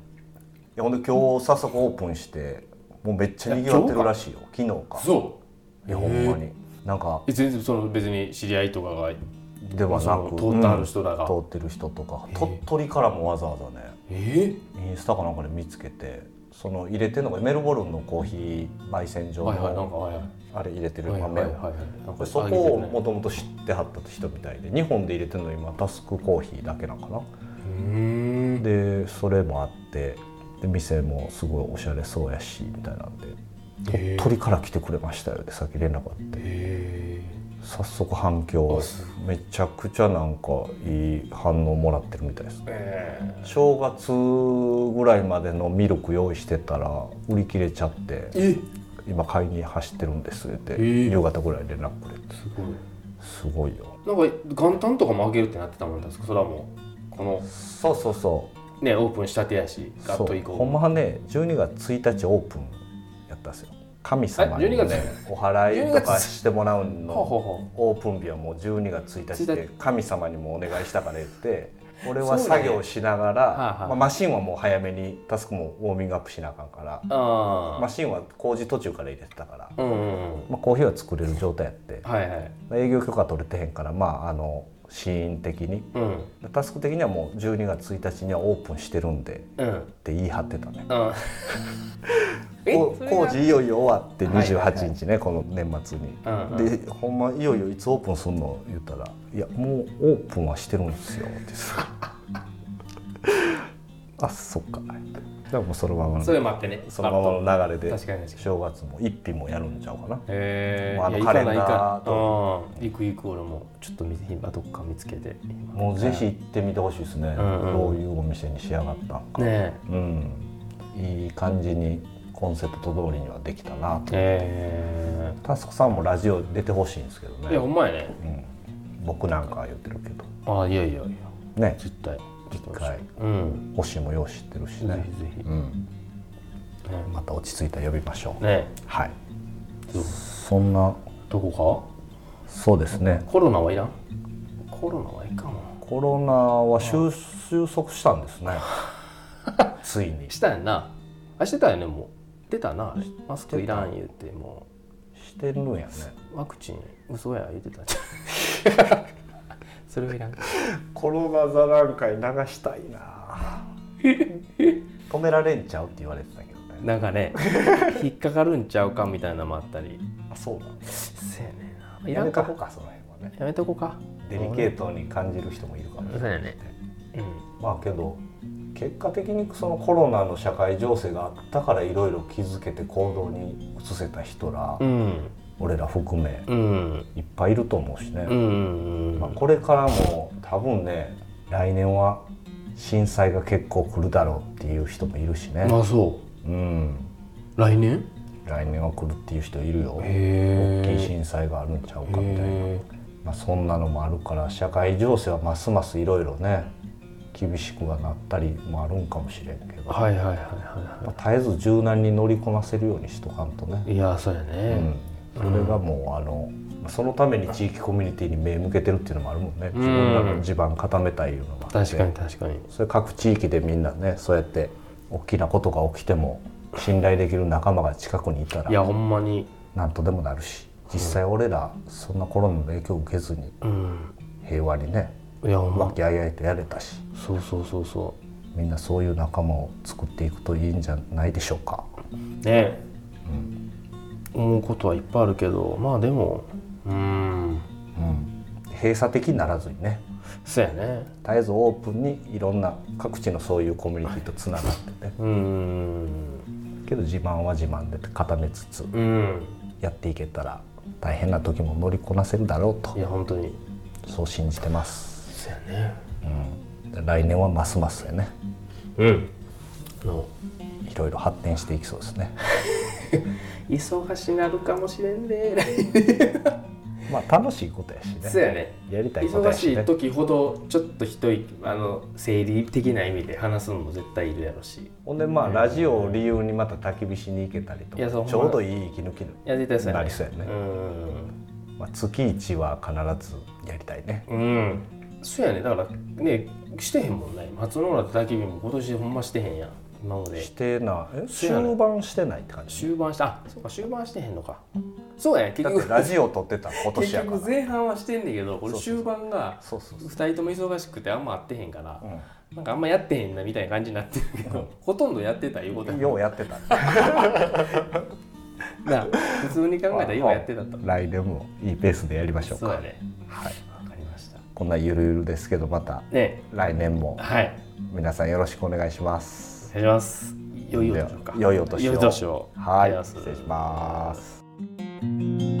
Speaker 1: いやほんで今日早速オープンしてもうめっちゃにぎわってるらしいよ昨日か
Speaker 2: そう
Speaker 1: いやほんまになんか
Speaker 2: え全然その別に知り合いとかが
Speaker 1: ではなく
Speaker 2: そう通ってある人らが
Speaker 1: うん通ってる人とか鳥取からもわざわざね
Speaker 2: え
Speaker 1: インスタかなんかで見つけてその入れてるのがメルボルンのコーヒー焙煎
Speaker 2: ー、
Speaker 1: 所
Speaker 2: はいはいなん
Speaker 1: の
Speaker 2: かはいはい
Speaker 1: あれ入れてる
Speaker 2: はいはい
Speaker 1: 豆
Speaker 2: はい
Speaker 1: を
Speaker 2: はいなんか
Speaker 1: そこをもともと知ってはった人みたいで日本で入れてるの今タスクコーヒーだけなんかな
Speaker 2: うん
Speaker 1: でそれもあってで店もすごいおしゃれそうやしみたいなんで
Speaker 2: へえ
Speaker 1: 鳥取から来てくれましたよってさっき連絡あって
Speaker 2: へえ
Speaker 1: 早速反響
Speaker 2: あす
Speaker 1: めちゃくちゃなんかいい反応もらってるみたいです
Speaker 2: え
Speaker 1: 正月ぐらいまでのミルク用意してたら売り切れちゃって
Speaker 2: ええ
Speaker 1: 今買いに走ってるんですって
Speaker 2: ええ
Speaker 1: 夕方ぐらい連絡くれて
Speaker 2: すごい
Speaker 1: すごいよ
Speaker 2: なんか元旦とかも開けるってなってたもんですかそれはもうこの
Speaker 1: そうそうそう
Speaker 2: ねオープンしたてやしガッ
Speaker 1: そ
Speaker 2: と
Speaker 1: う
Speaker 2: いこう
Speaker 1: ほんまはね12月1日オープンやったんですよ神様に、ね
Speaker 2: あ12月、
Speaker 1: お祓いと
Speaker 2: 12
Speaker 1: か
Speaker 2: 月
Speaker 1: してもらう
Speaker 2: ほう
Speaker 1: の
Speaker 2: ほうほ
Speaker 1: オープン日はもう12月1日で
Speaker 2: 1
Speaker 1: 神様にもお願いしたから言って俺は
Speaker 2: そうだ
Speaker 1: 作
Speaker 2: ね
Speaker 1: 業しながら、
Speaker 2: はいはい
Speaker 1: まあ、マシンはもう早めにタスクもウォーミングアップしなあかんから
Speaker 2: うああ、
Speaker 1: マシンは工事途中から入れてたから、
Speaker 2: うんうんうん
Speaker 1: まあ、コーヒーは作れる状態やって
Speaker 2: はいはい
Speaker 1: 営業許可取れてへんからまああのシーン的に
Speaker 2: うん
Speaker 1: タスク的にはもう12月1日にはオープンしてるんで
Speaker 2: うん
Speaker 1: って言い張ってたね
Speaker 2: うん
Speaker 1: こ
Speaker 2: それが
Speaker 1: 工事いよいよ終わって
Speaker 2: はいはいはい
Speaker 1: 28日ね、この年末に。
Speaker 2: うんうん
Speaker 1: でほんまいよいよいつオープンするの言ったら「いやもうオープンはしてるんですよ」ってさ あそっかだからもうそのままの
Speaker 2: それ待ってね
Speaker 1: そのままの流れで
Speaker 2: 確かに確かに
Speaker 1: 正月も一品もやるんちゃうかな
Speaker 2: へえ
Speaker 1: まああの
Speaker 2: いや行かない
Speaker 1: カレンダー
Speaker 2: 行かない
Speaker 1: と
Speaker 2: うん行く行く俺もちょっと見て今どっか見つけて
Speaker 1: もうぜひ行ってみてほしいですね、
Speaker 2: うんうん
Speaker 1: どういうお店に仕上がったんか、
Speaker 2: ね
Speaker 1: うんいい感じにコンセプト通りにはできたなと、
Speaker 2: え
Speaker 1: タスクさんもラジオ出てほしいんですけど
Speaker 2: えいやほ
Speaker 1: ね、
Speaker 2: んまやね
Speaker 1: うん、僕なんかは言ってるけど
Speaker 2: ああいやいやいや
Speaker 1: ね
Speaker 2: 絶対
Speaker 1: 一回
Speaker 2: うん
Speaker 1: 星もよう知ってるし
Speaker 2: ぜ
Speaker 1: ね、
Speaker 2: ひぜひ
Speaker 1: うん、
Speaker 2: ね
Speaker 1: また落ち着いたら呼びましょう、
Speaker 2: ね
Speaker 1: はい
Speaker 2: どう
Speaker 1: そんな
Speaker 2: どこ
Speaker 1: そうですね
Speaker 2: かコロナはいらんコロナはいかんわ
Speaker 1: コロナは収収束したんです ねついに
Speaker 2: したやんなあしてたよねもう出たなあれマスクいらん言うても
Speaker 1: してるんやね
Speaker 2: うワクチン嘘や言うてたじゃん それはいらん
Speaker 1: 転が座なんかに流したいな 止められんちゃうって言われてたけどね
Speaker 2: なんかね 引っかかるんちゃうかみたいなのもあったり
Speaker 1: あそうなんだ
Speaker 2: せやねんない
Speaker 1: や
Speaker 2: ら
Speaker 1: め
Speaker 2: ん
Speaker 1: と
Speaker 2: か
Speaker 1: こうかその辺はね
Speaker 2: やめとこうか
Speaker 1: デリケートに感じる人もいるかもしれ
Speaker 2: そう
Speaker 1: ない
Speaker 2: やねうん
Speaker 1: まあけど結果的にそのコロナの社会情勢があったからいろいろ気づけて行動に移せた人ら、
Speaker 2: うん
Speaker 1: 俺ら含め
Speaker 2: うん
Speaker 1: いっぱいいると思うしね、
Speaker 2: うん
Speaker 1: まあ、これからも多分ね来年は震災が結構来るだろうっていう人もいるしね、
Speaker 2: あそ
Speaker 1: うん
Speaker 2: う来年
Speaker 1: 来年は来るっていう人いるよ
Speaker 2: へ
Speaker 1: 大
Speaker 2: え
Speaker 1: きい震災があるんちゃうかみたいな、
Speaker 2: へ
Speaker 1: まあ、そんなのもあるから社会情勢はますますいろいろね厳しくはなったりもあるんかもしれんけ
Speaker 2: ー
Speaker 1: ど、
Speaker 2: はいはいはいは
Speaker 1: まあ、絶えず柔軟に乗りこなせるようにしとかんとね
Speaker 2: い、はいいやそうやね
Speaker 1: うん、それがもうあのそのために地域コミュニティに目向けてるっていうのもあるもんね自分らの地盤固めたいいうのがあって
Speaker 2: 確かに確かに
Speaker 1: それ各地域でみんなねそうやって大きなことが起きても信頼できる仲間が近くにいた
Speaker 2: いや
Speaker 1: ら
Speaker 2: ほんまに
Speaker 1: なんとでもなるし実際俺らそんなコロナの影響を受けずに
Speaker 2: うん
Speaker 1: 平和にね
Speaker 2: いやほん
Speaker 1: 和
Speaker 2: ま
Speaker 1: 気あいあいとやれたし
Speaker 2: そうそうそうそ
Speaker 1: みんなそういう仲間を作っていくといいんじゃないでしょうか。
Speaker 2: うね思うことはいっぱいあるけどまあでもうん
Speaker 1: うん、閉鎖的にならずにね
Speaker 2: そうやね
Speaker 1: 絶えずオープンにいろんな各地のそういうコミュニティとつながってね
Speaker 2: うん
Speaker 1: けど自慢は自慢で固めつつ
Speaker 2: うん
Speaker 1: やっていけたら大変な時も乗りこなせるだろうと
Speaker 2: いや本当に
Speaker 1: そう信じてます、
Speaker 2: そうやね
Speaker 1: うん、来年はますますやね
Speaker 2: うんの
Speaker 1: いろいろ発展していきそうですね
Speaker 2: 忙しなるかもしれんね
Speaker 1: まあ楽しいことやし
Speaker 2: そう
Speaker 1: ね
Speaker 2: やね
Speaker 1: やりたいこと
Speaker 2: 忙
Speaker 1: やし、
Speaker 2: しい
Speaker 1: ね、
Speaker 2: 時ほどちょっと一息あの生理的な意味で話すのも絶対いるやろし
Speaker 1: ほんでまあラジオを理由にまた焚き火しに行けたりと
Speaker 2: いやそう
Speaker 1: か
Speaker 2: ほん
Speaker 1: ちょ
Speaker 2: ま
Speaker 1: うどいい息抜きの
Speaker 2: いや絶対そうやね
Speaker 1: なりそうやね
Speaker 2: うん
Speaker 1: まあ、月1は必ずやりたいね
Speaker 2: うんそうやねだからねしてへんもんね松野浦って焚き火も今年ほんましてへんやん今まで
Speaker 1: してないえ
Speaker 2: そ
Speaker 1: 終
Speaker 2: うやね
Speaker 1: 盤してないって感じ
Speaker 2: 終盤したあそうか終盤してへんのかそうやね結
Speaker 1: だって
Speaker 2: 局
Speaker 1: ラジオ撮ってた今年
Speaker 2: 結
Speaker 1: やから
Speaker 2: 局前半はしてんだけど
Speaker 1: そう
Speaker 2: 俺
Speaker 1: そうそ
Speaker 2: 終盤が
Speaker 1: そうそうそう
Speaker 2: 2人とも忙しくてあんま会ってへんから、
Speaker 1: うん
Speaker 2: なんかあんまやってへんなみたいな感じになってるけど、ほとんどやってたいうことや
Speaker 1: ようや ってた
Speaker 2: なあ普通に考えたらようやってたと
Speaker 1: 来年もいいペースでやりましょう
Speaker 2: そう
Speaker 1: か
Speaker 2: やね
Speaker 1: はい
Speaker 2: わかりました
Speaker 1: こんなゆるゆるですけどまた
Speaker 2: ね
Speaker 1: 来年も
Speaker 2: はい
Speaker 1: 皆さんよろしくお願いします
Speaker 2: お願いします良いお年をか
Speaker 1: では良いお年を
Speaker 2: 良いお年を
Speaker 1: はい
Speaker 2: お願します
Speaker 1: 失礼します